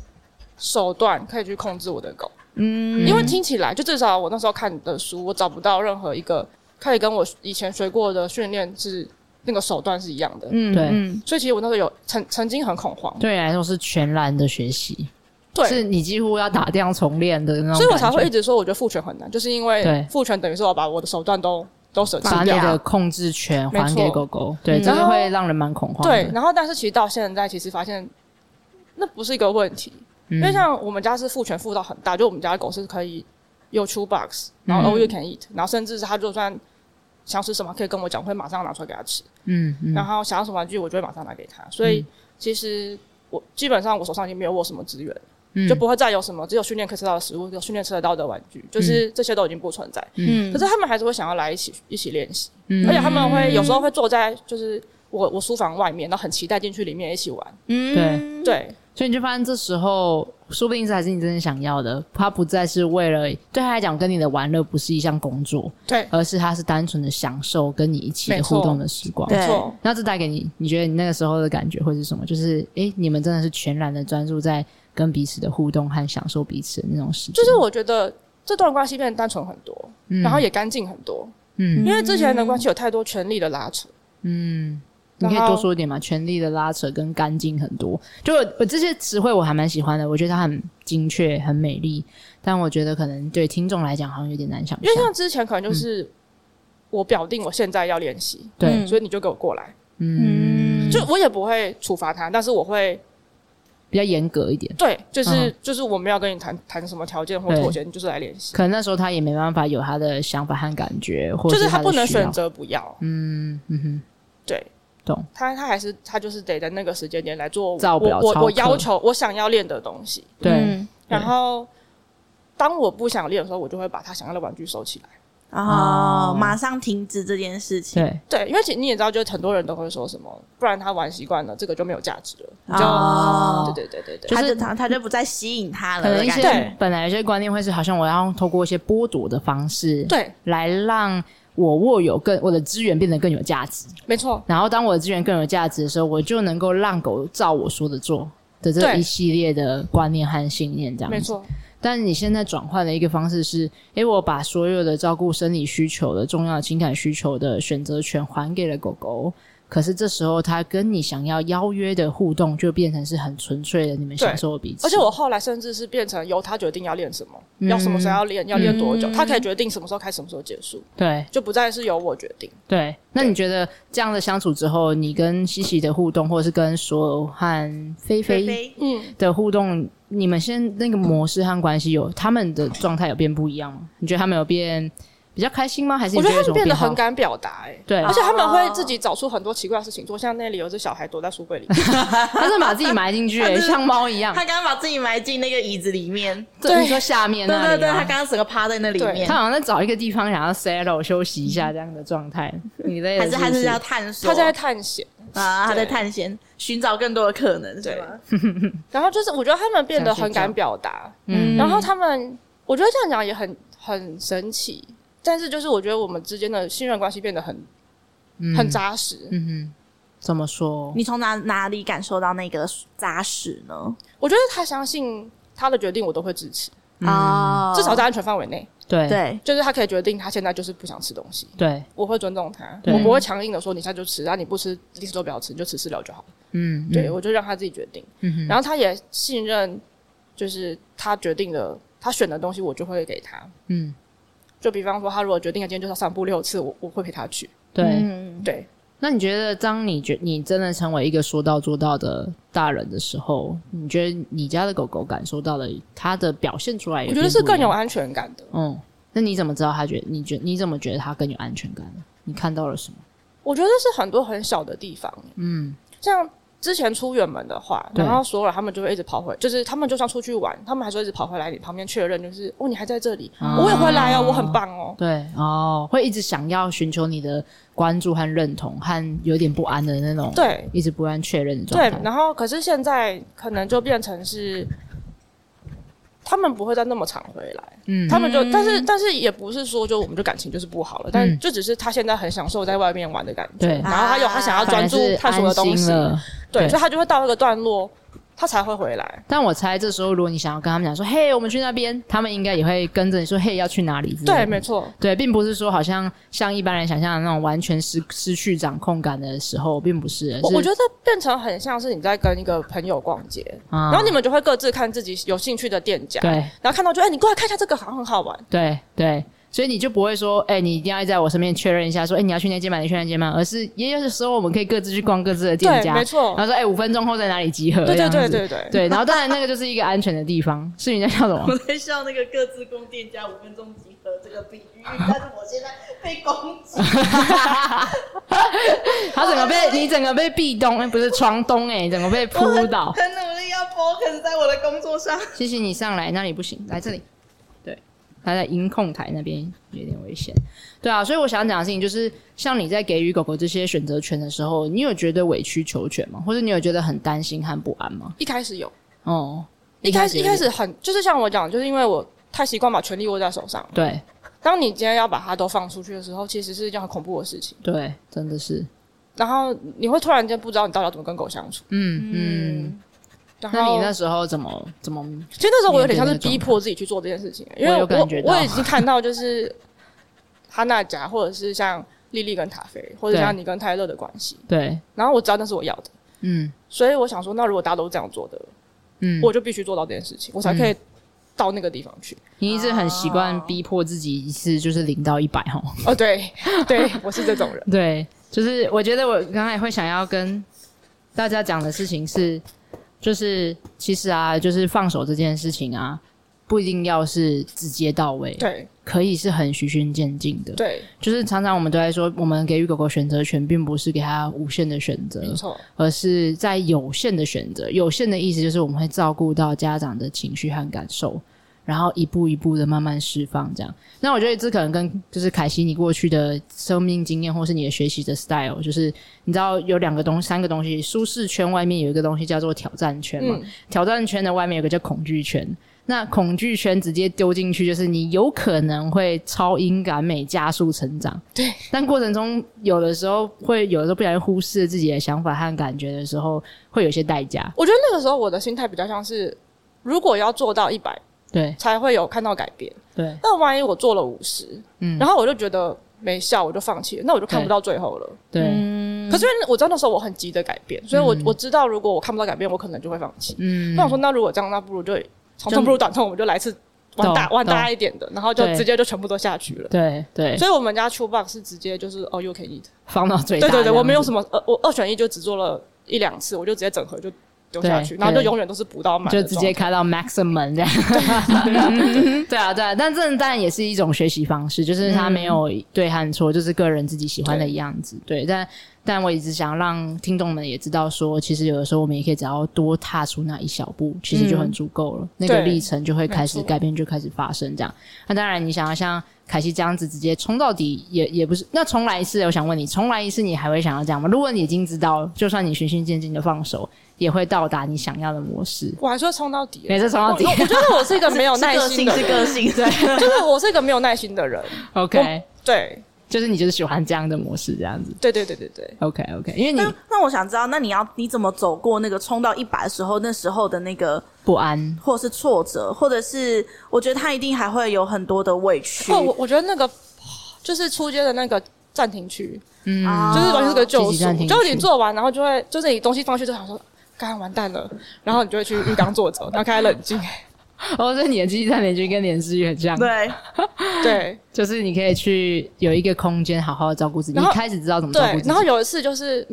[SPEAKER 3] 手段可以去控制我的狗，
[SPEAKER 2] 嗯，
[SPEAKER 3] 因为听起来就至少我那时候看的书，我找不到任何一个可以跟我以前学过的训练是那个手段是一样的。
[SPEAKER 2] 嗯
[SPEAKER 1] 对
[SPEAKER 2] 嗯
[SPEAKER 3] 所以其实我那时候有曾曾经很恐慌，
[SPEAKER 1] 对你来说是全然的学习，
[SPEAKER 3] 对，
[SPEAKER 1] 是你几乎要打掉重练的那种感觉，
[SPEAKER 3] 所以我才会一直说，我觉得父权很难，就是因
[SPEAKER 1] 对
[SPEAKER 3] 为父权等于是我把我的手段都都舍弃
[SPEAKER 1] 把你
[SPEAKER 3] 掉。
[SPEAKER 1] 的控制权还给
[SPEAKER 3] 没错
[SPEAKER 1] 狗狗，对，
[SPEAKER 3] 嗯
[SPEAKER 1] 这个
[SPEAKER 3] 然后
[SPEAKER 1] 会让人蛮恐慌的。
[SPEAKER 3] 对，然后但是其实到现在，其实发现那不是一个问题，
[SPEAKER 1] 嗯，
[SPEAKER 3] 因为像我们家是父权负到很大，就我们家的狗是可以有 chew box，然后
[SPEAKER 1] 嗯
[SPEAKER 3] all you can eat，然后甚至是它就算想吃什么可以跟我讲，我会马上拿出来给它吃，
[SPEAKER 1] 嗯嗯，
[SPEAKER 3] 然后想要什么玩具，我就会马上拿给它。所以其实我基本上我手上已经没有我什么资源了，
[SPEAKER 1] 嗯
[SPEAKER 3] 就不会再有什么只有训练可以吃到的食物，只有训练吃得到的玩
[SPEAKER 1] 嗯
[SPEAKER 3] 具，就是这些都已经不存在。
[SPEAKER 2] 嗯，
[SPEAKER 3] 可是他们还是会想要来一起一起练习，
[SPEAKER 1] 嗯
[SPEAKER 3] 而且他们会有时候会坐在就是我我书房外面，然后很期待进去里面一起玩。
[SPEAKER 2] 嗯，
[SPEAKER 3] 对，
[SPEAKER 1] 所以你就发现这时候，说不定这才是你真正想要的。他不再是为了对他来讲，跟你的玩乐不是一项工作，
[SPEAKER 3] 对，
[SPEAKER 1] 而是他是单纯的享受跟你一起的
[SPEAKER 3] 没错
[SPEAKER 1] 互动的时光。
[SPEAKER 2] 对
[SPEAKER 3] 没错，
[SPEAKER 1] 那这带给你，你觉得你那个时候的感觉会是什么？就是诶，你们真的是全然的专注在跟彼此的互动和享受彼此的那种时间。
[SPEAKER 3] 就是我觉得这段关系变得单纯很多，
[SPEAKER 1] 嗯
[SPEAKER 3] 然后也干净很多，
[SPEAKER 1] 嗯
[SPEAKER 3] 因为之前的关系有太多权力的拉扯。
[SPEAKER 1] 嗯，你
[SPEAKER 3] 然
[SPEAKER 1] 可以
[SPEAKER 3] 后
[SPEAKER 1] 多说一点嘛？权力的拉扯跟干净很多，就我我这些词汇我还蛮喜欢的，我觉得它很精确、很美丽，但我觉得可能对听众来讲好像有点难想
[SPEAKER 3] 因为
[SPEAKER 1] 象。
[SPEAKER 3] 像之前可能就是
[SPEAKER 1] 啊
[SPEAKER 3] 我表定我现在要练习，
[SPEAKER 1] 对，
[SPEAKER 3] 所以你就给我过来，
[SPEAKER 1] 嗯，
[SPEAKER 3] 就我也不会处罚他，但是我会
[SPEAKER 1] 比较严格一点。
[SPEAKER 3] 对，就是
[SPEAKER 1] 嗯
[SPEAKER 3] 就是我们要跟你谈谈什么条件或
[SPEAKER 1] 对
[SPEAKER 3] 妥协，你就是来练习，
[SPEAKER 1] 可能那时候他也没办法有他的想法和感觉，或
[SPEAKER 3] 就
[SPEAKER 1] 者
[SPEAKER 3] 是
[SPEAKER 1] 他
[SPEAKER 3] 他
[SPEAKER 1] 的
[SPEAKER 3] 不能
[SPEAKER 1] 需要
[SPEAKER 3] 选。择不要，
[SPEAKER 1] 嗯嗯哼，
[SPEAKER 3] 对。
[SPEAKER 1] 懂。
[SPEAKER 3] 他他还是他就是得在那个时间点来做我
[SPEAKER 1] 照表
[SPEAKER 3] 我
[SPEAKER 1] 操
[SPEAKER 3] 我
[SPEAKER 1] 课
[SPEAKER 3] 我要求我想要练的东西，
[SPEAKER 1] 对，
[SPEAKER 2] 嗯
[SPEAKER 3] 然后当我不想练的时候，我就会把他想要的玩具收起来。
[SPEAKER 2] 然后
[SPEAKER 1] 哦
[SPEAKER 2] 马上停止这件事情，
[SPEAKER 1] 对，
[SPEAKER 3] 嗯对，因为其实你也知道，就是很多人都会说什么，不然他玩习惯了，这个就没有价值了。你就、
[SPEAKER 2] 哦
[SPEAKER 3] 对对对对对，
[SPEAKER 2] 他
[SPEAKER 1] 是
[SPEAKER 2] 就他他就不再吸引他
[SPEAKER 1] 可
[SPEAKER 2] 了
[SPEAKER 1] 能
[SPEAKER 2] 的
[SPEAKER 1] 一
[SPEAKER 2] 感
[SPEAKER 1] 些
[SPEAKER 2] 觉，
[SPEAKER 3] 对
[SPEAKER 1] 本来有些观念会是，好像我要透过一些剥夺的方式，
[SPEAKER 3] 对，
[SPEAKER 1] 来让我握有更我的资源变得更有价值。
[SPEAKER 3] 没错，
[SPEAKER 1] 然后当我的资源更有价值的时候，我就能够让狗照我说的做的这
[SPEAKER 3] 对
[SPEAKER 1] 一系列的观念和信念，这样
[SPEAKER 3] 没
[SPEAKER 1] 子。
[SPEAKER 3] 错，
[SPEAKER 1] 但你现在转换的一个方式是，诶，我把所有的照顾生理需求的重要的情感需求的选择权还给了狗狗。可是这时候，它跟你想要邀约的互动就变成是很纯粹的，你们享受的彼此。
[SPEAKER 3] 而且我后来甚至是变成由他决定要练什么，
[SPEAKER 1] 嗯
[SPEAKER 3] 要什么时候要练，要练多久，他可以决定什么时候开，什么时候结束，
[SPEAKER 1] 对
[SPEAKER 3] 就不再是由我决定。
[SPEAKER 1] 对，那你觉得这样的相处之后，你跟西西的互动，或者是跟索尔和菲菲
[SPEAKER 2] 菲菲
[SPEAKER 3] 嗯，
[SPEAKER 1] 的互动，你们现那个模式和关系有他们的状态有变不一样吗？你觉得他们有变比较开心吗？还是
[SPEAKER 3] 我
[SPEAKER 1] 你
[SPEAKER 3] 觉得
[SPEAKER 1] 有
[SPEAKER 3] 他
[SPEAKER 1] 什么
[SPEAKER 3] 们变得
[SPEAKER 1] 化
[SPEAKER 3] 很敢表达、欸，
[SPEAKER 1] 对，啊
[SPEAKER 2] <laughs>
[SPEAKER 3] 而且他们会自己找出很多奇怪的事情做，像那里有只小孩躲在书
[SPEAKER 1] <laughs>
[SPEAKER 3] 柜里，
[SPEAKER 1] 他是把自己埋进去、
[SPEAKER 2] <laughs> 他是
[SPEAKER 1] 像猫一样。
[SPEAKER 2] 他刚刚把自己埋进那个椅子里面，
[SPEAKER 1] 对，你说下面
[SPEAKER 2] 对
[SPEAKER 1] 那里、啊，
[SPEAKER 2] 对对，他刚刚整个趴在那里面
[SPEAKER 1] 他，好像在找一个地方想要 settle 休息一下这样的状态。你类
[SPEAKER 2] 还
[SPEAKER 1] 的
[SPEAKER 2] 是
[SPEAKER 1] 是
[SPEAKER 2] 他
[SPEAKER 1] 不
[SPEAKER 2] 是
[SPEAKER 1] 是
[SPEAKER 2] 要探索，
[SPEAKER 3] 他在探险。
[SPEAKER 2] 啊，他在
[SPEAKER 3] 对
[SPEAKER 2] 探险，寻找更多的可能，是吗？
[SPEAKER 3] 然后就是，我觉得他们变得很敢表达，
[SPEAKER 1] 嗯
[SPEAKER 3] 然后他们，我觉得这样讲也很很神奇。但是就是，我觉得我们之间的信任关系变得很很扎实。
[SPEAKER 1] 嗯哼，怎么说？
[SPEAKER 2] 你从哪哪里感受到那个扎实呢？
[SPEAKER 3] 我觉得他相信他的决定，我都会支持，
[SPEAKER 1] 嗯
[SPEAKER 2] 啊，
[SPEAKER 3] 至
[SPEAKER 1] 哦
[SPEAKER 3] 少在安全范围内。
[SPEAKER 1] 对
[SPEAKER 2] 对，
[SPEAKER 3] 就是他可以决定他现在就是不想吃东西，
[SPEAKER 1] 对，
[SPEAKER 3] 我会尊重他，
[SPEAKER 1] 对
[SPEAKER 3] 我不会强硬的说你现在就吃，啊你不吃，历史都不要吃，你就吃饲料就好了。
[SPEAKER 1] 嗯，
[SPEAKER 3] 对，
[SPEAKER 1] 嗯
[SPEAKER 3] 我就让他自己决定。
[SPEAKER 1] 嗯哼
[SPEAKER 3] 然后他也信任，就是他决定的，他选的东西我就会给他。
[SPEAKER 1] 嗯，
[SPEAKER 3] 就比方说，他如果决定了今天就是要散步六次，我我会陪他去。
[SPEAKER 1] 对。
[SPEAKER 2] 嗯，
[SPEAKER 3] 对，
[SPEAKER 1] 那你觉得，当你觉你真的成为一个说到做到的大人的时候，你觉得你家的狗狗感受到了它的表现出来有
[SPEAKER 3] 我
[SPEAKER 1] 变不
[SPEAKER 3] 觉
[SPEAKER 1] 一样？
[SPEAKER 3] 得是更有安全感的。
[SPEAKER 1] 嗯。那你怎么知道它觉得？你觉你怎么觉得它更有安全感呢？你看到了什么？
[SPEAKER 3] 我觉得是很多很小的地方，
[SPEAKER 1] 嗯，
[SPEAKER 3] 像之前出远门的话，
[SPEAKER 1] 对
[SPEAKER 3] 然后所有人他们就会一直跑回，就是他们就算出去玩，他们还是会一直跑回来你旁边确认，就是哦你还在这里，
[SPEAKER 1] 啊
[SPEAKER 3] 我也回来哦，我很棒哦。
[SPEAKER 1] 对哦，会一直想要寻求你的关注和认同，和有点不安的那种，，
[SPEAKER 3] 对
[SPEAKER 1] 一直不安确认的状
[SPEAKER 3] 对
[SPEAKER 1] 态。，
[SPEAKER 3] 然后可是现在可能就变成是。他们不会再那么常回来，
[SPEAKER 1] 嗯
[SPEAKER 3] 他们就，但是但是也不是说就我们就感情就是不好了，但就只是他现在很享受在外面玩的感觉，
[SPEAKER 1] 嗯对
[SPEAKER 3] 然后他有他想要
[SPEAKER 2] 啊
[SPEAKER 3] 专
[SPEAKER 1] 反
[SPEAKER 3] 注
[SPEAKER 1] 正是
[SPEAKER 3] 探索的东
[SPEAKER 1] 安
[SPEAKER 3] 西
[SPEAKER 1] 心，了。
[SPEAKER 3] 对，
[SPEAKER 1] 对
[SPEAKER 3] 所以他就会到一个段落，他才会回来。
[SPEAKER 1] 但我猜这时候，如果你想要跟他们讲说“嘿，我们去那边”，他们应该也会跟着你说“嘿，要去哪里”。
[SPEAKER 3] 对，没。错，
[SPEAKER 1] 对，并不是说好像像一般人想象的那种完全失失去掌控感的时候，并不是。
[SPEAKER 3] 我我觉
[SPEAKER 1] 得，
[SPEAKER 3] 得变成很像是你在跟一个朋友逛街，
[SPEAKER 1] 啊
[SPEAKER 3] 然后你们就会各自看自己有兴趣的店家，
[SPEAKER 1] 对
[SPEAKER 3] 然后看到就哎、你过来看一下这个好像很好玩，
[SPEAKER 1] 对对，所以你就不会说，哎、你一定要在我身边确认一下，说，哎、你要去那间吗？你去那间吗？而是也有时候我们可以各自去逛各自的店
[SPEAKER 3] 对，
[SPEAKER 1] 家，
[SPEAKER 3] 没错
[SPEAKER 1] 然，后说，哎、五分钟后在哪里集合？
[SPEAKER 3] 对
[SPEAKER 1] 这
[SPEAKER 3] 对
[SPEAKER 1] 样
[SPEAKER 3] 对
[SPEAKER 1] 子
[SPEAKER 3] 对对。
[SPEAKER 1] 对，然后当然那个就是一个安全的地
[SPEAKER 3] <laughs>
[SPEAKER 1] 方。是你在笑什么？
[SPEAKER 2] <laughs> 我在笑那个各自供店家五分钟集合这个比 <laughs> 喻，但是我现在被攻 <laughs> 击。
[SPEAKER 1] 他整个被你整个被壁咚，哎、不是床咚、哎，整个被扑倒。
[SPEAKER 2] 很努力要 focus 在我的工作上。
[SPEAKER 1] 谢谢你上来，那里不行，来这里。对，他在音控台那边有点危险。对啊，所以我想讲的事情就是，像你在给予狗狗这些选择权的时候，你有觉得委曲求全吗？或者你有觉得很担心和不安吗？
[SPEAKER 3] 一开始有，
[SPEAKER 1] 哦，
[SPEAKER 3] 一开始一开
[SPEAKER 1] 有
[SPEAKER 3] 始很就是像我讲，就是因为我太习惯把权力握在手上，
[SPEAKER 1] 点，
[SPEAKER 3] 当你今天要把它都放出去的时候，其实是一件很恐怖的事情。
[SPEAKER 1] 对对，真的是，
[SPEAKER 3] 然后你会突然间不知道你到底要怎么跟狗相处。
[SPEAKER 1] 嗯嗯。
[SPEAKER 3] 然
[SPEAKER 1] 那
[SPEAKER 3] 后
[SPEAKER 1] 你那时候怎么怎么？
[SPEAKER 3] 其实那时候我有点像是
[SPEAKER 1] 面对那
[SPEAKER 3] 逼
[SPEAKER 1] 个
[SPEAKER 3] 迫自己去做这件事情，因
[SPEAKER 1] 我
[SPEAKER 3] 为我
[SPEAKER 1] 有感觉到
[SPEAKER 3] 我已经看到就是哈娜家，或者是像丽丽跟塔菲，或者
[SPEAKER 1] 对
[SPEAKER 3] 像你跟泰勒的关系，
[SPEAKER 1] 对，
[SPEAKER 3] 然后我知道那是我要的，
[SPEAKER 1] 嗯
[SPEAKER 3] 所以我想说，那如果大家都这样做的，
[SPEAKER 1] 嗯，
[SPEAKER 3] 我就必须做到这件事情，我才可以到那个地方去。
[SPEAKER 1] 你一直很习
[SPEAKER 3] 啊
[SPEAKER 1] 惯逼迫自己一次就是零到一百哈。
[SPEAKER 3] 哦，对， <laughs> 对我是这种人，
[SPEAKER 1] 对，就是我觉得我刚才会想要跟大家讲的事情是，就是其实啊，就是放手这件事情啊，不一定要是直接到位，
[SPEAKER 3] 对
[SPEAKER 1] 可以是很循序渐进的。
[SPEAKER 3] 对，
[SPEAKER 1] 就是常常我们都在说，我们给予狗狗选择权，并不是给它无限的选择
[SPEAKER 3] 没，错，
[SPEAKER 1] 而是在有限的选择。有限的意思就是我们会照顾到家长的情绪和感受，然后一步一步的慢慢释放这样。那我觉得这可能跟就是凯西你过去的生命经验，或是你的学习的 style，就是你知道有两个东三个东西，舒适圈外面有一个东西叫做挑战圈嘛，
[SPEAKER 3] 嗯，
[SPEAKER 1] 挑战圈的外面有个叫恐惧圈。那恐惧圈直接丢进去，就是你有可能会超音感美加速成长。
[SPEAKER 3] 对，
[SPEAKER 1] 但过程中有的时候会有的时候不小心忽视自己的想法和感觉的时候，会有一些代价。
[SPEAKER 3] 我觉得那个时候我的心态比较像是，如果要做到一百
[SPEAKER 1] 对
[SPEAKER 3] 才会有看到改变，
[SPEAKER 1] 对，
[SPEAKER 3] 那万一我做了五十，
[SPEAKER 1] 嗯
[SPEAKER 3] 然后我就觉得没效，我就放弃了，那我就看不
[SPEAKER 1] 对嗯
[SPEAKER 3] 到最后了。
[SPEAKER 1] 对，
[SPEAKER 3] 可是因为我知道那时候我很急的改变，所以我、我知道如果我看不到改变，我可能就会放弃。
[SPEAKER 1] 嗯
[SPEAKER 3] 那我说，那如果这样，那不如就长痛不如短痛，我们就来一次玩大
[SPEAKER 1] 懂
[SPEAKER 3] 玩大一点的，然后就
[SPEAKER 1] 对
[SPEAKER 3] 直接就全部都下去了。
[SPEAKER 1] 对对，
[SPEAKER 3] 所以我们家 True Box 是直接就是哦，You can eat。
[SPEAKER 1] 放到最大
[SPEAKER 3] 对
[SPEAKER 1] 这样
[SPEAKER 3] 对
[SPEAKER 1] 子。
[SPEAKER 3] 对，我没有什么呃，我二选一就只做了一两次，我就直接整盒就丢下
[SPEAKER 1] 对
[SPEAKER 3] 去，然后就
[SPEAKER 1] 对
[SPEAKER 3] 永远都是补到满的
[SPEAKER 1] 就
[SPEAKER 3] 状态，
[SPEAKER 1] 直接开到 maximum 这样。
[SPEAKER 3] <laughs>
[SPEAKER 1] <laughs> 对啊，对啊，但这当然也是一种学习方式，就是他没有
[SPEAKER 3] 嗯
[SPEAKER 1] 对和错，就是个人自己喜欢的样子。对，但但我一直想让听众们也知道说，其实有的时候我们也可以只要多踏出那一小步，其实就很足够了。那个
[SPEAKER 3] 嗯对
[SPEAKER 1] 历程就会开始
[SPEAKER 3] 没错
[SPEAKER 1] 改变，就开始发生这样。那当然，你想要像凯西这样子直接冲到底也，也不是。那重来一次，我想问你，重来一次，你还会想要这样吗？如果你已经知道，就算你循序渐进的放手，也会到达你想要的模式。
[SPEAKER 3] 我还是会冲到底
[SPEAKER 1] 每
[SPEAKER 3] 欸。
[SPEAKER 1] 次冲到底
[SPEAKER 3] 我。我我觉得我是一个没
[SPEAKER 1] <laughs>
[SPEAKER 3] 有耐
[SPEAKER 2] 个
[SPEAKER 3] 心
[SPEAKER 2] 性哦是
[SPEAKER 3] 的人，
[SPEAKER 2] 个性，对， <laughs>
[SPEAKER 3] 就是我是一个没有耐心的人。
[SPEAKER 1] <laughs> OK，
[SPEAKER 3] 对
[SPEAKER 1] 就是你就是喜欢这样的模式，这样子。
[SPEAKER 3] 对对对对对，
[SPEAKER 1] OK OK，因为你
[SPEAKER 2] 那那我想知道，那你要你怎么走过那个冲到一百的时候，那时候的那个，
[SPEAKER 1] 不安，
[SPEAKER 2] 或是挫折，或者是我觉得他一定还会有很多的委屈，
[SPEAKER 3] 哦，我我觉得那个就是出街的那个暂停区，
[SPEAKER 1] 嗯，
[SPEAKER 2] 啊
[SPEAKER 3] 就是完全是个救
[SPEAKER 1] 自己暂
[SPEAKER 3] 赎。
[SPEAKER 1] 停
[SPEAKER 3] 就是你
[SPEAKER 1] 区
[SPEAKER 3] 做完，然后就会就是你东西放下去就想说，刚完蛋了，然后你就会去浴缸
[SPEAKER 1] <laughs>
[SPEAKER 3] 坐着，然后开始冷静。
[SPEAKER 1] 哦，所以你的记忆站连接跟连诗雨很像，，
[SPEAKER 2] 对，
[SPEAKER 1] <laughs>
[SPEAKER 3] 对
[SPEAKER 1] 就是你可以去有一个空间好好的照顾自己，
[SPEAKER 3] 然
[SPEAKER 1] 你
[SPEAKER 3] 后
[SPEAKER 1] 开始知道怎么照顾
[SPEAKER 3] 对
[SPEAKER 1] 自，己，
[SPEAKER 3] 然后有一次就是。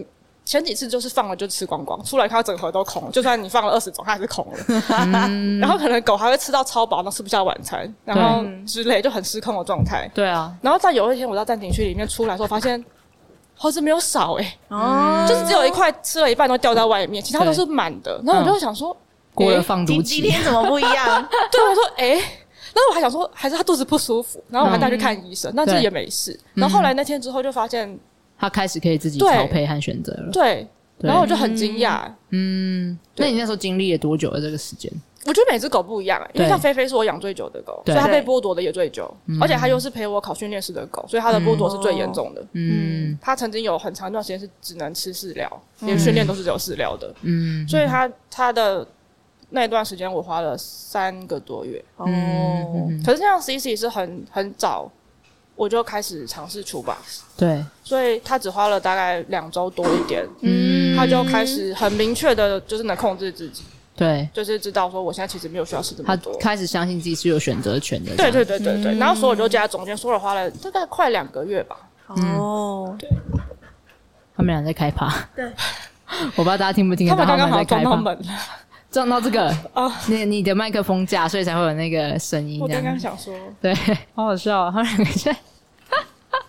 [SPEAKER 3] 前几次就是放了就吃光光，出来看到整盒都空了，就算你放了二十种，它还是空了。
[SPEAKER 1] 嗯
[SPEAKER 3] <laughs> 然后可能狗还会吃到超饱，然后吃不下晚餐，然后之类就很失控的状态。
[SPEAKER 1] 对啊，
[SPEAKER 3] 然后在有一天我到暂停区里面出来的时候，发现猴子没有少哎、欸
[SPEAKER 2] 哦，
[SPEAKER 3] 就是只有一块吃了一半都掉在外面，其他都是满的。
[SPEAKER 1] 嗯
[SPEAKER 3] 然后我就会想说，
[SPEAKER 1] 过了
[SPEAKER 3] 诶
[SPEAKER 1] 放
[SPEAKER 2] 今
[SPEAKER 1] 毒
[SPEAKER 2] 今
[SPEAKER 1] 期，
[SPEAKER 2] 天怎么不一样？
[SPEAKER 3] 对，我说哎、诶然后我还想说，还是他肚子不舒服，然后我还带去看医生，但
[SPEAKER 1] 嗯
[SPEAKER 3] 是
[SPEAKER 1] 对
[SPEAKER 3] 也没事。然后后来那天之后就发现，
[SPEAKER 1] 他开始可以自己
[SPEAKER 3] 对
[SPEAKER 1] 调配和选择了。
[SPEAKER 3] 对，
[SPEAKER 1] 对
[SPEAKER 3] 然后我就很惊讶，
[SPEAKER 1] 嗯，那你那时候经历了多久的这个时间？
[SPEAKER 3] 我觉得每只狗不一样、欸，因为
[SPEAKER 1] 对
[SPEAKER 3] 像菲菲是我养最久的狗，
[SPEAKER 1] 对嗯
[SPEAKER 3] 所以它被剥夺的也最久，而且它又是陪我考训练师的狗，所以它的剥夺是最严重的。
[SPEAKER 1] 嗯
[SPEAKER 3] 它曾经有很长一段时间是只能吃饲料，连训练都是只有饲料的，
[SPEAKER 1] 嗯，
[SPEAKER 3] 所以它它的那段时间我花了三个多月。
[SPEAKER 2] 哦，
[SPEAKER 1] 嗯
[SPEAKER 3] 可是像 CC 是很很早我就开始尝试厨吧，
[SPEAKER 1] 对，
[SPEAKER 3] 所以它只花了大概两周多一点，
[SPEAKER 1] 嗯，
[SPEAKER 3] 它就开始很明确的就是能控制自己，
[SPEAKER 1] 对
[SPEAKER 3] 就是知道说我现在其实没有需要吃这
[SPEAKER 1] 他
[SPEAKER 3] 么多。
[SPEAKER 1] 开始嗯相信自己是有选择权的，
[SPEAKER 3] 对对对对对，然后所有就加总监，所有花了大概快两个月吧。
[SPEAKER 2] 哦，
[SPEAKER 1] 他们俩在开趴。
[SPEAKER 2] 对，
[SPEAKER 1] <laughs> 我不知道大家听不听得
[SPEAKER 3] 他
[SPEAKER 1] 到，
[SPEAKER 3] 们刚刚好
[SPEAKER 1] 在
[SPEAKER 3] 像
[SPEAKER 1] 开
[SPEAKER 3] 撞到
[SPEAKER 1] 趴，
[SPEAKER 3] 门了，
[SPEAKER 1] 撞到这个
[SPEAKER 3] 哦
[SPEAKER 1] 你你的麦克风架，所以才会有那个声音
[SPEAKER 3] 我
[SPEAKER 1] 这
[SPEAKER 3] 刚刚
[SPEAKER 1] 样。
[SPEAKER 3] 想说，
[SPEAKER 1] 对，好好笑、哦，他们两个现在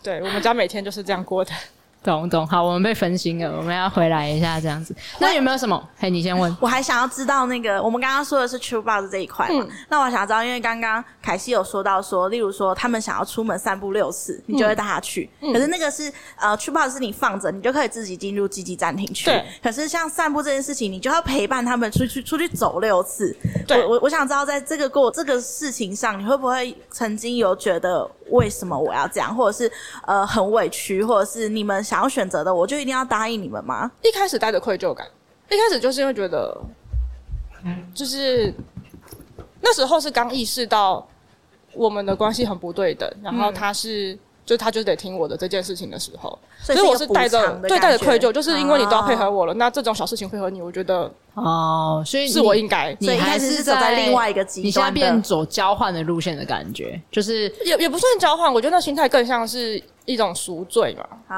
[SPEAKER 3] 对我们家每天就是这
[SPEAKER 1] <laughs>
[SPEAKER 3] 样过的。
[SPEAKER 1] <laughs> 懂懂。好，我们被分心了，我们要回来一下这样子。那有没有什么？嘿，你先问。
[SPEAKER 2] 我还想要知道那个，我们刚刚说的是 True Buzz 这一块
[SPEAKER 3] 嗯
[SPEAKER 2] 嘛？那我想要知道，因为刚刚凯西有说到说，例如说他们想要出门散步六次，你就会带他去。
[SPEAKER 3] 嗯
[SPEAKER 2] 可是那个是呃 True Buzz 是你放着，你就可以自己进入积极暂停区
[SPEAKER 3] 对。
[SPEAKER 2] 可是像散步这件事情，你就要陪伴他们出去出去走六次。
[SPEAKER 3] 对
[SPEAKER 2] 我我我想知道，在这个过这个事情上，你会不会曾经有觉得为什么我要这样，或者是呃很委屈，或者是你们想要选择的，我就一定要答应你们吗？
[SPEAKER 3] 一开始带着愧疚感，一开始就是因为觉得，就是那时候是刚意识到我们的关系很不对等，然
[SPEAKER 2] 嗯
[SPEAKER 3] 后他是。就他就得听我的这件事情的时候，
[SPEAKER 2] 所以
[SPEAKER 3] 我
[SPEAKER 2] 一个
[SPEAKER 3] 是带
[SPEAKER 2] 补
[SPEAKER 3] 着
[SPEAKER 2] 偿的
[SPEAKER 3] 对带
[SPEAKER 2] 感
[SPEAKER 3] 着
[SPEAKER 2] 觉
[SPEAKER 3] 愧疚，就是因为你都要配
[SPEAKER 2] 哦
[SPEAKER 3] 合我了，那这种小事情配合你，我觉得
[SPEAKER 2] 啊
[SPEAKER 1] 哦，所以
[SPEAKER 3] 是我应该，
[SPEAKER 1] 你
[SPEAKER 2] 所以一
[SPEAKER 1] 还
[SPEAKER 2] 开始
[SPEAKER 1] 是
[SPEAKER 2] 是走在另外一个
[SPEAKER 1] 你
[SPEAKER 2] 极
[SPEAKER 1] 现在
[SPEAKER 2] 端的
[SPEAKER 1] 变。走交换的路线的感觉，就是
[SPEAKER 3] 也也不算交换，我觉得那心态更像是一种赎罪嘛，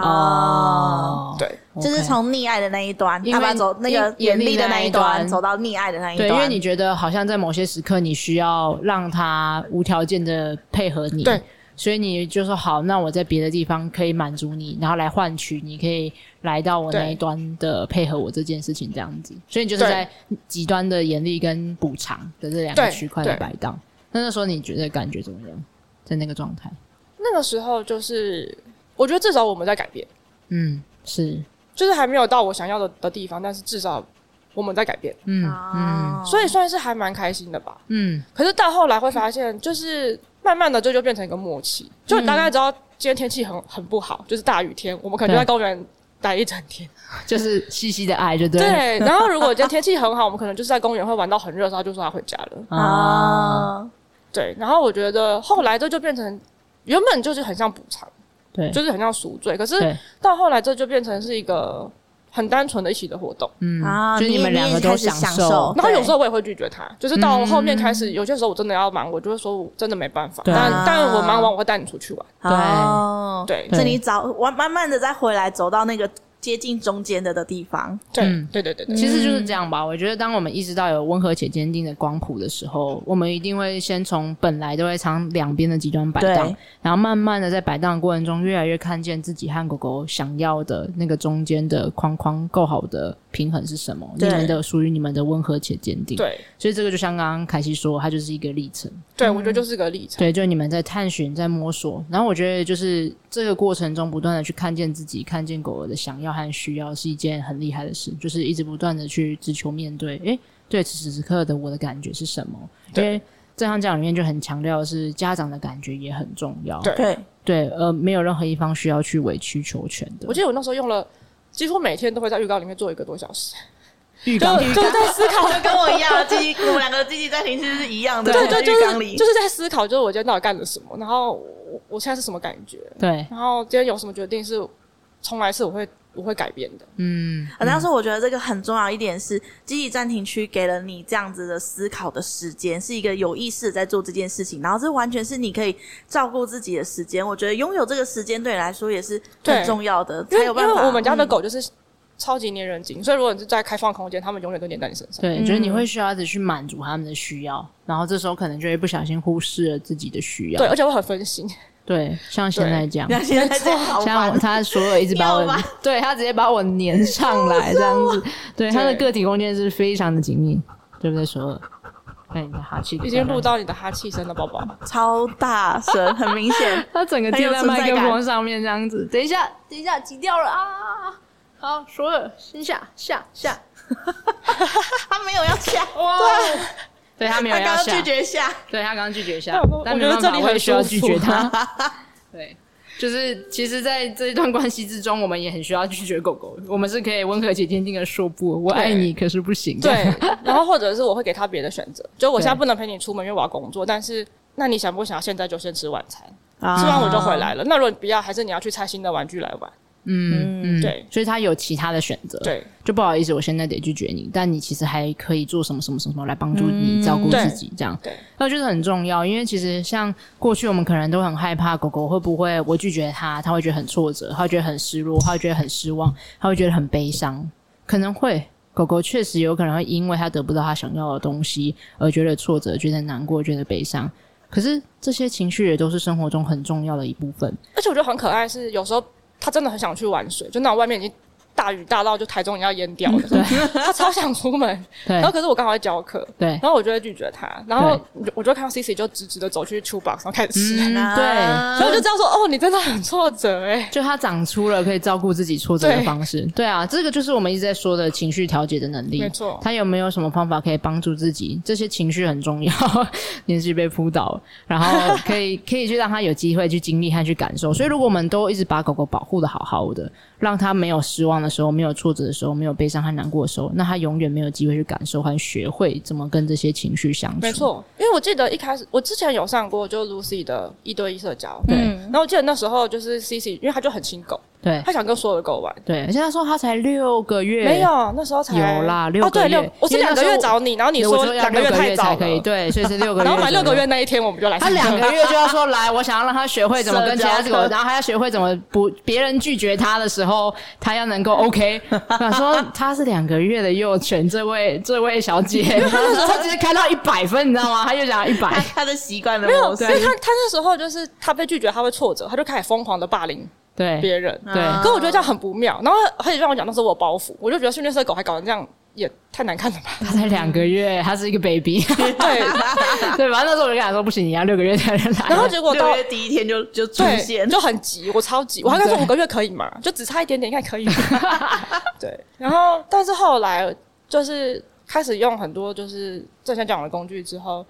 [SPEAKER 1] 哦，
[SPEAKER 2] 哦，
[SPEAKER 3] 对，
[SPEAKER 2] 就是
[SPEAKER 1] OK
[SPEAKER 2] 从溺爱的那一端，
[SPEAKER 1] 因为
[SPEAKER 2] 要把走那个
[SPEAKER 1] 因
[SPEAKER 2] 严厉的那
[SPEAKER 1] 严
[SPEAKER 2] 一
[SPEAKER 1] 厉的那一端
[SPEAKER 2] 端，走到溺爱的那一
[SPEAKER 1] 对，
[SPEAKER 2] 端。
[SPEAKER 1] 因为你觉得好像在某些时刻你需要让他无条件的配合你，
[SPEAKER 3] 对，
[SPEAKER 1] 所以你就说好，那我在别的地方可以满足你，然后来换取你可以来到我那
[SPEAKER 3] 对
[SPEAKER 1] 一端的配合我这件事情这样子，所以你就是
[SPEAKER 3] 对
[SPEAKER 1] 在极端的严厉跟补偿的这两个
[SPEAKER 3] 对
[SPEAKER 1] 区块的
[SPEAKER 3] 对
[SPEAKER 1] 摆荡。那那时候你觉得感觉怎么样？在那个状态，
[SPEAKER 3] 那个时候就是，我觉得至少我们在改变，
[SPEAKER 1] 嗯，是，
[SPEAKER 3] 就是还没有到我想要的的地方，但是至少我们在改变，
[SPEAKER 1] 嗯嗯
[SPEAKER 2] 哦，
[SPEAKER 3] 所以算是还蛮开心的吧。
[SPEAKER 1] 嗯，
[SPEAKER 3] 可是到后来会发现，就是慢慢的这就变成一个默契，就大概知道今天天气很很不好，就是大雨天，我们可能
[SPEAKER 1] 嗯
[SPEAKER 3] 就
[SPEAKER 1] 对
[SPEAKER 3] 在公园待一整天。
[SPEAKER 1] 就是细细的爱，就对了，
[SPEAKER 3] 对，然后如果今天天气很好，我们可能就是在公园会玩到很热的时候，他就说他回家了。
[SPEAKER 1] 啊，
[SPEAKER 2] 啊，
[SPEAKER 3] 对，然后我觉得后来这就变成原本就是很像补偿，
[SPEAKER 1] 对，
[SPEAKER 3] 就是很像赎罪，可是
[SPEAKER 1] 对，
[SPEAKER 3] 到后来这就变成是一个很单纯的一起的活动。
[SPEAKER 1] 嗯
[SPEAKER 2] 啊
[SPEAKER 1] 就
[SPEAKER 2] 你
[SPEAKER 1] 们
[SPEAKER 2] 你
[SPEAKER 1] 两
[SPEAKER 2] 也
[SPEAKER 1] 个都
[SPEAKER 2] 开始享受
[SPEAKER 3] 然后有
[SPEAKER 2] 对
[SPEAKER 3] 时候我也会拒绝他，就是到后面开
[SPEAKER 2] 嗯
[SPEAKER 3] 始，有些时候我真的要忙，我就会说我真的没办法。
[SPEAKER 1] 对
[SPEAKER 2] 啊
[SPEAKER 3] 但但我忙完我会带你出去玩。
[SPEAKER 1] 对
[SPEAKER 2] 哦，
[SPEAKER 3] 对
[SPEAKER 1] 对
[SPEAKER 2] 所以你找我慢慢的再回来，走到那个接近中间的的地方。
[SPEAKER 3] 对、
[SPEAKER 1] 嗯
[SPEAKER 3] 对对对对，
[SPEAKER 1] 其实就是这样吧。我觉得，当我们意识到有温和且坚定的光谱的时候，我们一定会先从本来都会常两边的极端摆荡
[SPEAKER 2] 对，
[SPEAKER 1] 然后慢慢的在摆荡的过程中，越来越看见自己和狗狗想要的那个中间的框框够好的平衡是什么，你
[SPEAKER 2] 对
[SPEAKER 1] 们的属于你们的温和且坚定。，
[SPEAKER 3] 对
[SPEAKER 1] 所以这个就像刚刚凯西说，它就是一个历程。
[SPEAKER 3] 对，我觉得就是个历程。
[SPEAKER 1] 对，就是你们在探寻，在摸索。然后我觉得，就是这个过程中不断的去看见自己，看见狗狗的想要和需要，是一件很厉害的事。就是一直不断的去直求面对，诶，对此时此刻的我的感觉是什么？因为这堂讲里面就很强调的是家长的感觉也很重要。
[SPEAKER 3] 对
[SPEAKER 2] 对，
[SPEAKER 1] 对，呃，没有任何一方需要去委曲求全的
[SPEAKER 3] 我。记得我那时候用了。几乎每天都会在浴缸里面坐一个多小时，
[SPEAKER 1] 预
[SPEAKER 3] 就
[SPEAKER 1] 告
[SPEAKER 3] 就是在思
[SPEAKER 2] <laughs>
[SPEAKER 3] 考，
[SPEAKER 2] 就跟我一样，积极，我们两个积极暂停是是一样的，
[SPEAKER 3] 对对，就
[SPEAKER 2] 浴缸
[SPEAKER 3] 是
[SPEAKER 2] 里
[SPEAKER 3] 就是在思考，就是我今天到底干了什么，然后我我现在是什么感觉，
[SPEAKER 1] 对，
[SPEAKER 3] 然后今天有什么决定是从来是我会我会改变的，
[SPEAKER 1] 嗯，
[SPEAKER 2] 啊，但是我觉得这个很重要一点是，积极暂停区给了你这样子的思考的时间，是一个有意识地在做这件事情，然后这完全是你可以照顾自己的时间。我觉得拥有这个时间对你来说也是
[SPEAKER 3] 对
[SPEAKER 2] 很重要的，才
[SPEAKER 3] 因为
[SPEAKER 2] 有
[SPEAKER 3] 因
[SPEAKER 2] 办
[SPEAKER 3] 为
[SPEAKER 2] 法。
[SPEAKER 3] 我们家的
[SPEAKER 2] 嗯
[SPEAKER 3] 狗就是超级粘人精，所以如果你是在开放空间，它们永远都粘在你身上。
[SPEAKER 1] 对，就是你会需要一直去满足他们的需要，然后这时候可能就会不小心忽视了自己的需要
[SPEAKER 3] 对，。而且会很分心。
[SPEAKER 1] 对，像现
[SPEAKER 3] 对
[SPEAKER 1] 在这样，
[SPEAKER 2] 那现
[SPEAKER 3] <laughs>
[SPEAKER 2] 在在好
[SPEAKER 1] 像
[SPEAKER 2] 烦
[SPEAKER 1] 我，他所有一直把
[SPEAKER 2] 要
[SPEAKER 1] 我
[SPEAKER 2] 吧，
[SPEAKER 1] <laughs> 对他直接把我粘上来这样 <laughs> 子，对他的
[SPEAKER 3] 对
[SPEAKER 1] 个体空间是非常的紧密，对不对？所有，看你的哈气，。
[SPEAKER 3] 已经录，到你的哈气声了，宝宝。
[SPEAKER 2] 超大声，很明显
[SPEAKER 3] <laughs>
[SPEAKER 1] 他整个
[SPEAKER 2] 很有
[SPEAKER 1] 贴在
[SPEAKER 2] 存
[SPEAKER 1] 麦
[SPEAKER 2] 在
[SPEAKER 1] 克
[SPEAKER 2] 感
[SPEAKER 1] 风上面这样子。等一下，等一下，挤掉了啊！好，所有先下下下，
[SPEAKER 2] 他没有要下，
[SPEAKER 1] 哇！对他没有
[SPEAKER 2] 他刚
[SPEAKER 1] 要
[SPEAKER 2] 刚
[SPEAKER 1] 下，
[SPEAKER 2] 拒绝下，
[SPEAKER 1] 对他刚刚拒绝下
[SPEAKER 3] 但哎我，
[SPEAKER 1] 但
[SPEAKER 3] 我
[SPEAKER 1] 没
[SPEAKER 3] 觉得
[SPEAKER 1] 办法，
[SPEAKER 3] 这里
[SPEAKER 1] 我也
[SPEAKER 3] 很
[SPEAKER 1] 需要
[SPEAKER 3] 舒
[SPEAKER 1] 拒
[SPEAKER 3] 服
[SPEAKER 1] 绝
[SPEAKER 3] <laughs>
[SPEAKER 1] 他。对，就是其实，在这一段关系之中，我们也很需要拒绝狗狗。我们是可以温和且坚定的说不，我爱你，可是不行。
[SPEAKER 3] 对，然后或者是我会给他别的选择，就我现在
[SPEAKER 1] 对
[SPEAKER 3] 不能陪你出门，因为我要工作。但是，那你想不想现在就先吃晚餐？
[SPEAKER 1] 啊
[SPEAKER 3] 吃完我就回来了。那如果你不要，还是你要去拆新的玩具来玩？
[SPEAKER 1] 嗯嗯，
[SPEAKER 3] 对
[SPEAKER 1] 所以他有其他的选择。，
[SPEAKER 3] 对
[SPEAKER 1] 就不好意思，我现在得拒绝你，但你其实还可以做什么什么什么什么来帮助你、照顾自己，这样。
[SPEAKER 3] 嗯对，
[SPEAKER 1] 那就是很重要，因为其实像过去我们可能都很害怕狗狗会不会我拒绝它，它会觉得很挫折，它会觉得很失落，它会觉得很失望，它会觉得很悲伤，可能会。狗狗确实有可能会因为它得不到它想要的东西而觉得挫折、觉得难过、觉得悲伤。可是这些情绪也都是生活中很重要的一部分。
[SPEAKER 3] 而且我觉得很可爱，是有时候他真的很想去玩水，就那种外面已经大雨大到就台中也要淹掉了，他超想出门。
[SPEAKER 1] 嗯对
[SPEAKER 3] 然后可是我刚好在教课，
[SPEAKER 1] 对，
[SPEAKER 3] 然后我就会拒绝他，然后我就看到 C C 就直直的走去 c h e w b o x 然后开始吃，
[SPEAKER 2] 啊
[SPEAKER 1] 嗯，对。
[SPEAKER 3] 然后我就这样说：“哦，你真的很挫折哎、
[SPEAKER 1] 就它长出了可以照顾自己挫折的
[SPEAKER 3] 对
[SPEAKER 1] 方式。对啊，这个就是我们一直在说的情绪调节的能力。
[SPEAKER 3] 没错
[SPEAKER 1] 它有没有什么方法可以帮助自己？这些情绪很重要， <laughs> 连续被扑倒，然后可以 <laughs> 可以去让它有机会去经历和去感受。所以，如果我们都一直把狗狗保护的好好的，让它没有失望的时候、没有挫折的时候、没有悲伤和难过的时候，那它永远没有机会去感受和学会怎么跟这些情绪相处。
[SPEAKER 3] 没，错，因为我记得一开始我之前有上过就 Lucy 的一对一社交，
[SPEAKER 1] 对
[SPEAKER 3] 嗯然后我记得那时候就是 CC，因为他就很亲狗，
[SPEAKER 1] 对
[SPEAKER 3] 他想跟所有的狗玩。
[SPEAKER 1] 对。而且他说他才六个月，
[SPEAKER 3] 哎没有，啊那时候才
[SPEAKER 1] 有啦六
[SPEAKER 3] 哦，对，
[SPEAKER 1] 个月
[SPEAKER 3] 六，我是
[SPEAKER 1] 因为
[SPEAKER 3] 两
[SPEAKER 1] 那
[SPEAKER 3] 个
[SPEAKER 1] 时候
[SPEAKER 3] 月找你，然后你
[SPEAKER 1] 我要
[SPEAKER 3] 说两
[SPEAKER 1] 六
[SPEAKER 3] 月
[SPEAKER 1] 个
[SPEAKER 3] 太
[SPEAKER 1] 月
[SPEAKER 3] 早
[SPEAKER 1] 才
[SPEAKER 3] 了，啊
[SPEAKER 1] 可以，对，所以是六个月。
[SPEAKER 3] <laughs> 然后满六
[SPEAKER 1] 左
[SPEAKER 3] 个
[SPEAKER 1] 右
[SPEAKER 3] 月那一天我们就来
[SPEAKER 1] 他
[SPEAKER 3] 上课，
[SPEAKER 1] 两个
[SPEAKER 3] <laughs>
[SPEAKER 1] 月就要
[SPEAKER 2] <laughs>
[SPEAKER 1] 说来，我想要让他学会怎么跟其他狗
[SPEAKER 2] 社交，课
[SPEAKER 1] 然后还要学会怎么不别人拒绝他的时候，他要能够 OK。我想说他是两个月的幼犬，这位这位小
[SPEAKER 2] <laughs>
[SPEAKER 1] 姐，他直接开到一百分，你知道吗？他又讲一
[SPEAKER 2] 他
[SPEAKER 1] 百，
[SPEAKER 2] 他的习惯的
[SPEAKER 3] 没有，
[SPEAKER 2] 模式
[SPEAKER 3] 所以他他那时候就是他被拒绝，他会挫折，他就开始疯狂的霸凌
[SPEAKER 1] 对
[SPEAKER 3] 别人。
[SPEAKER 1] 对
[SPEAKER 2] 啊
[SPEAKER 3] 可我觉得这样很不妙，然后他也让我讲那是我有包袱，我就觉得训练社的狗还搞成这样也太难看了吧？ <laughs>
[SPEAKER 1] 他才两个月，他是一个
[SPEAKER 2] <laughs>
[SPEAKER 1] baby，
[SPEAKER 3] 对，
[SPEAKER 1] 对吧？那时候我就跟他说不行，你要六个月才能来。
[SPEAKER 3] 然后结果到
[SPEAKER 2] 六月第一天就就出
[SPEAKER 3] 对
[SPEAKER 2] 现，
[SPEAKER 3] 就很急，我超急，我还跟他说
[SPEAKER 1] 对
[SPEAKER 3] 五个月可以吗？就只差一点点，应该
[SPEAKER 1] <laughs>
[SPEAKER 3] 可以吧。对，然后但是后来就是开始用很多就是正向讲的工具之后。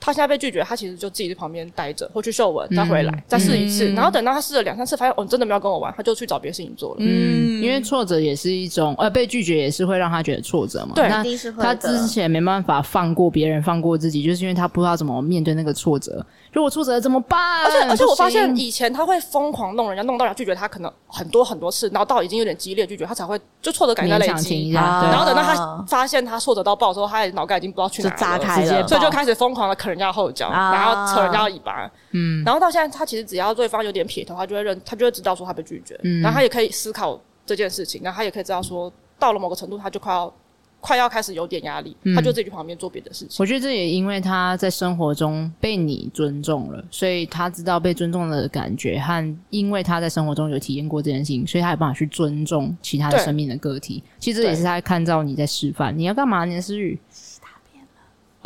[SPEAKER 3] 他现在被拒绝，他其实就自己在旁边待着，或去嗅闻，再回来、
[SPEAKER 1] 嗯
[SPEAKER 3] 再试一次。
[SPEAKER 1] 嗯
[SPEAKER 3] 然后等到他试了两三次，发现哦，你真的没有跟我玩，他就去找别的事情做了。
[SPEAKER 1] 嗯，因为挫折也是一种，呃，被拒绝也是会让他觉得挫折嘛。
[SPEAKER 3] 对
[SPEAKER 1] 那
[SPEAKER 2] 一定是会
[SPEAKER 1] 他
[SPEAKER 2] 的
[SPEAKER 1] 之前没办法放过别人，放过自己，就是因为他不知道怎么面对那个挫折。如果挫折了怎么办？
[SPEAKER 3] 而且而且
[SPEAKER 1] 啊不
[SPEAKER 3] 我发现
[SPEAKER 1] 行
[SPEAKER 3] 以前他会疯狂弄人家，弄到人家拒绝他，可能很多很多次，然后到已经有点激烈拒绝，他才会就挫折感在
[SPEAKER 1] 勉
[SPEAKER 3] 累
[SPEAKER 1] 强停一
[SPEAKER 3] 积。
[SPEAKER 1] 下，
[SPEAKER 2] 啊
[SPEAKER 1] 对
[SPEAKER 3] 然后等到他
[SPEAKER 2] 啊
[SPEAKER 3] 发现他挫折到爆之后，他的脑袋已经不知道去
[SPEAKER 2] 就
[SPEAKER 3] 哪
[SPEAKER 2] 炸
[SPEAKER 3] 了
[SPEAKER 2] 开
[SPEAKER 1] 直接
[SPEAKER 2] 了，
[SPEAKER 3] 所以就开始疯狂的啃人家后脚，
[SPEAKER 2] 啊
[SPEAKER 3] 然后扯人家尾巴，
[SPEAKER 1] 嗯，
[SPEAKER 3] 然后到现在他其实只要对方有点撇头，他就会认，他就会知道说他被拒绝，
[SPEAKER 1] 嗯
[SPEAKER 3] 然后他也可以思考这件事情，然后他也可以知道说到了某个程度，他就快要快要开始有点压力，
[SPEAKER 1] 嗯
[SPEAKER 3] 他就自己去旁边做别的事情。
[SPEAKER 1] 我觉得这也因为他在生活中被你尊重了，所以他知道被尊重的感觉，和因为他在生活中有体验过这件事情，所以他有办法去尊重其他的
[SPEAKER 3] 对
[SPEAKER 1] 生命的个体。其实这
[SPEAKER 3] 对
[SPEAKER 1] 也是他看到你在示范，你要干嘛？你的思雨大便了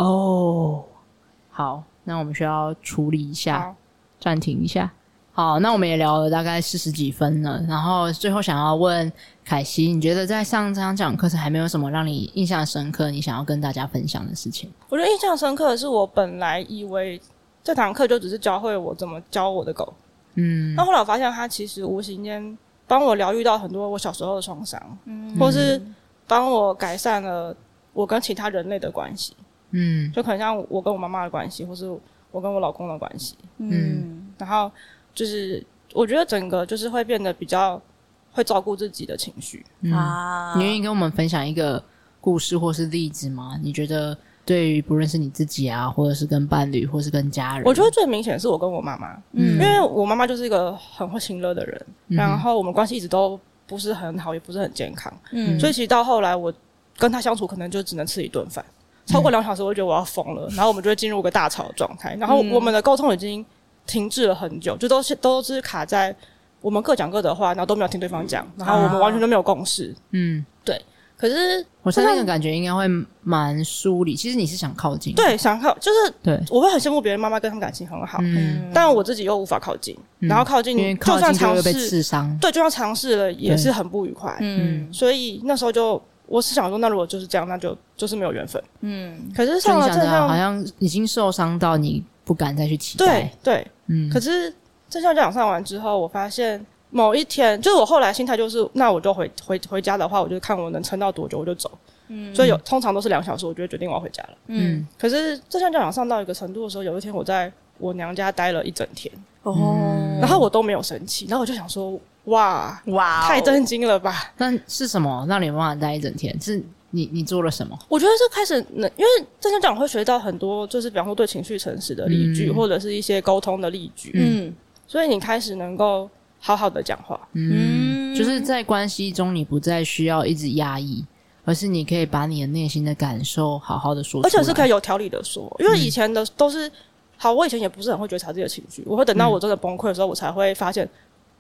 [SPEAKER 1] 哦。好，那我们需要处理一下。
[SPEAKER 3] 好
[SPEAKER 1] 暂停一下。好，那我们也聊了大概四十几分了，然后最后想要问凯西，你觉得在上这堂讲课程还没有什么让你印象深刻，你想要跟大家分享的事情？
[SPEAKER 3] 我觉得印象深刻的是，我本来以为这堂课就只是教会我怎么教我的狗，
[SPEAKER 1] 嗯
[SPEAKER 3] 那后来我发现他其实无形间帮我疗愈到很多我小时候的创伤，或是
[SPEAKER 1] 嗯
[SPEAKER 3] 帮我改善了我跟其他人类的关系。
[SPEAKER 1] 嗯
[SPEAKER 3] 就可能像我跟我妈妈的关系，或是我跟我老公的关系，
[SPEAKER 1] 嗯
[SPEAKER 3] 然后就是我觉得整个就是会变得比较会照顾自己的情绪。
[SPEAKER 1] 嗯，
[SPEAKER 2] 啊
[SPEAKER 1] 你愿意跟我们分享一个故事或是例子吗？你觉得对于不论是你自己啊，或者是跟伴侣，或是跟家人，
[SPEAKER 3] 我觉得最明显是我跟我妈妈，
[SPEAKER 1] 嗯
[SPEAKER 3] 因为我妈妈就是一个很会亲热的人，
[SPEAKER 1] 嗯
[SPEAKER 3] 然后我们关系一直都不是很好，也不是很健康，
[SPEAKER 2] 嗯
[SPEAKER 3] 所以其实到后来我跟她相处可能就只能吃一顿饭。超
[SPEAKER 1] 嗯
[SPEAKER 3] 过两小时，我就觉得我要疯了，然后我们就会进入一个大吵的状态，然后
[SPEAKER 1] 嗯
[SPEAKER 3] 我们的沟通已经停滞了很久，就都是都是卡在我们各讲各的话，然后都没有听对方讲，然后我
[SPEAKER 1] 啊
[SPEAKER 3] 们完全都没有共识。
[SPEAKER 1] 嗯，
[SPEAKER 3] 可是
[SPEAKER 1] 我觉得那个感觉应该会蛮疏离。其实你是想靠近，
[SPEAKER 3] 对，想靠就是
[SPEAKER 1] 对，
[SPEAKER 3] 我会很羡慕别人妈妈跟他们感情很好，
[SPEAKER 1] 嗯，
[SPEAKER 3] 但我自己又无法靠近，然后靠近
[SPEAKER 1] 因为靠
[SPEAKER 3] 就算
[SPEAKER 1] 近就
[SPEAKER 3] 尝
[SPEAKER 1] 会被
[SPEAKER 3] 试，
[SPEAKER 1] 刺伤。
[SPEAKER 3] 对，就算尝试了也
[SPEAKER 1] 对
[SPEAKER 3] 是很不愉快。
[SPEAKER 1] 嗯
[SPEAKER 3] 所以那时候就我是想说，那如果就是这样，那就就是没有缘分。
[SPEAKER 2] 嗯，
[SPEAKER 3] 可是
[SPEAKER 1] 就
[SPEAKER 3] 上
[SPEAKER 1] 你
[SPEAKER 3] 了
[SPEAKER 1] 讲
[SPEAKER 3] 正
[SPEAKER 1] 的啊好
[SPEAKER 3] 向，
[SPEAKER 1] 像已经受伤到你不敢再去期
[SPEAKER 3] 对
[SPEAKER 1] 待，
[SPEAKER 3] 对，
[SPEAKER 1] 嗯，
[SPEAKER 3] 可是正向教养上完之后，我发现某一天，就是我后来心态就是，那我就回回回家的话，我就看我能撑到多久，我就走。嗯，所以有通常都是两小时，我就会决定我要回家了。
[SPEAKER 1] 嗯，
[SPEAKER 3] 可是正向教养上到一个程度的时候，有一天我在我娘家待了一整天，
[SPEAKER 1] 嗯
[SPEAKER 2] 哦，
[SPEAKER 3] 然后我都没有生气，然后我就想说，哇，
[SPEAKER 2] 哇哦，
[SPEAKER 3] 太震惊了吧！
[SPEAKER 1] 那是什么让你没办法待一整天？是你你做了什么？
[SPEAKER 3] 我觉得是开始能，因为正向讲会学到很多，就是比方说对情绪诚实的例句，
[SPEAKER 1] 嗯
[SPEAKER 3] 或者是一些沟通的例句，
[SPEAKER 2] 嗯
[SPEAKER 3] 所以你开始能够好好的讲话。
[SPEAKER 1] 嗯，就是在关系中，你不再需要一直压抑，而是你可以把你的内心的感受好好的说出
[SPEAKER 3] 而
[SPEAKER 1] 来，
[SPEAKER 3] 且是可
[SPEAKER 1] 以
[SPEAKER 3] 以有条理的说，
[SPEAKER 1] 嗯
[SPEAKER 3] 因为以前的都是好，我以前也不是很会觉察自己的情绪，我会等到我真的崩溃的时候，我才会发现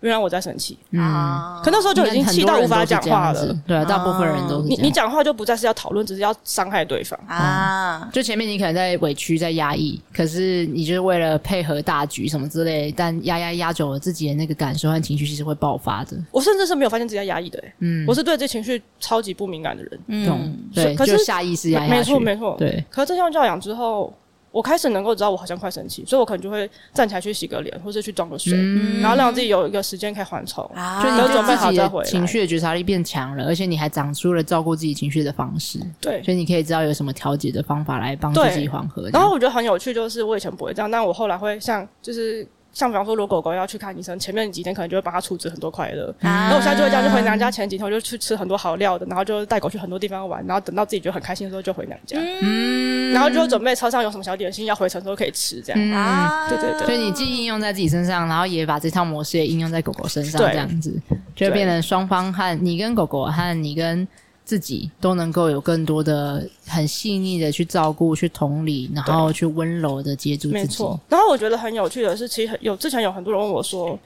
[SPEAKER 3] 原来我在生气，
[SPEAKER 1] 嗯，
[SPEAKER 2] 啊，
[SPEAKER 3] 可那时候就已经气到无法讲话
[SPEAKER 1] 很多人都是这样
[SPEAKER 3] 了哦
[SPEAKER 1] 子。对啊，大部分人都是
[SPEAKER 3] 你
[SPEAKER 1] 这样嗯
[SPEAKER 3] 你。讲话就不再是要讨论，只是要伤害对方。
[SPEAKER 2] 啊，
[SPEAKER 1] 就前面你可能在委屈、在压抑，可是你就是为了配合大局什么之类，但压压压久了，自己的那个感受和情绪其实会爆发的。
[SPEAKER 3] 我甚至是没有发现自己在压抑的、欸
[SPEAKER 1] 嗯，
[SPEAKER 3] 我是对这情绪超级不敏感的人。
[SPEAKER 1] 懂
[SPEAKER 2] 嗯，，
[SPEAKER 1] 对，
[SPEAKER 3] 可是
[SPEAKER 1] 就下意识压
[SPEAKER 3] 没
[SPEAKER 1] 下去，
[SPEAKER 3] 错没错，
[SPEAKER 1] 对，
[SPEAKER 3] 可是正向教养之后，我开始能够知道我好像快生气，所以我可能就会站起来去洗个脸，或是去装个水，
[SPEAKER 1] 嗯，
[SPEAKER 3] 然后让自己有一个时间可以缓冲。
[SPEAKER 2] 啊，
[SPEAKER 1] 就你
[SPEAKER 3] 都
[SPEAKER 1] 对
[SPEAKER 3] 准备好
[SPEAKER 1] 自己
[SPEAKER 3] 再回
[SPEAKER 1] 的
[SPEAKER 3] 来
[SPEAKER 1] 情绪的觉察力变强了，而且你还长出了照顾自己情绪的方式，
[SPEAKER 3] 对。
[SPEAKER 1] 所以你可以知道有什么调节的方法来帮助
[SPEAKER 3] 对
[SPEAKER 1] 自己缓和。
[SPEAKER 3] 然后我觉得很有趣，就是我以前不会这样，但我后来会像就是像比方说，如果狗狗要去看医生，前面几天可能就会帮它处置很多快乐。
[SPEAKER 2] 啊
[SPEAKER 3] 然后我现在就会这样，就回娘家前几天我就去吃很多好料的，然后就带狗去很多地方玩，然后等到自己觉得很开心的时候就回娘家，
[SPEAKER 1] 嗯，
[SPEAKER 3] 然后就准备车上有什么小点心要回程的时候可以吃这样。
[SPEAKER 1] 嗯
[SPEAKER 2] 啊，
[SPEAKER 3] 对对对
[SPEAKER 1] 所以你既应用在自己身上，然后也把这套模式也应用在狗狗身上，
[SPEAKER 3] 对
[SPEAKER 1] 这样子就会变成双方和你跟狗狗和你跟自己都能够有更多的很细腻的去照顾、去同理，然后去温柔的接住
[SPEAKER 3] 没
[SPEAKER 1] 自己。
[SPEAKER 3] 错，然后我觉得很有趣的是，其实有之前有很多人问我说，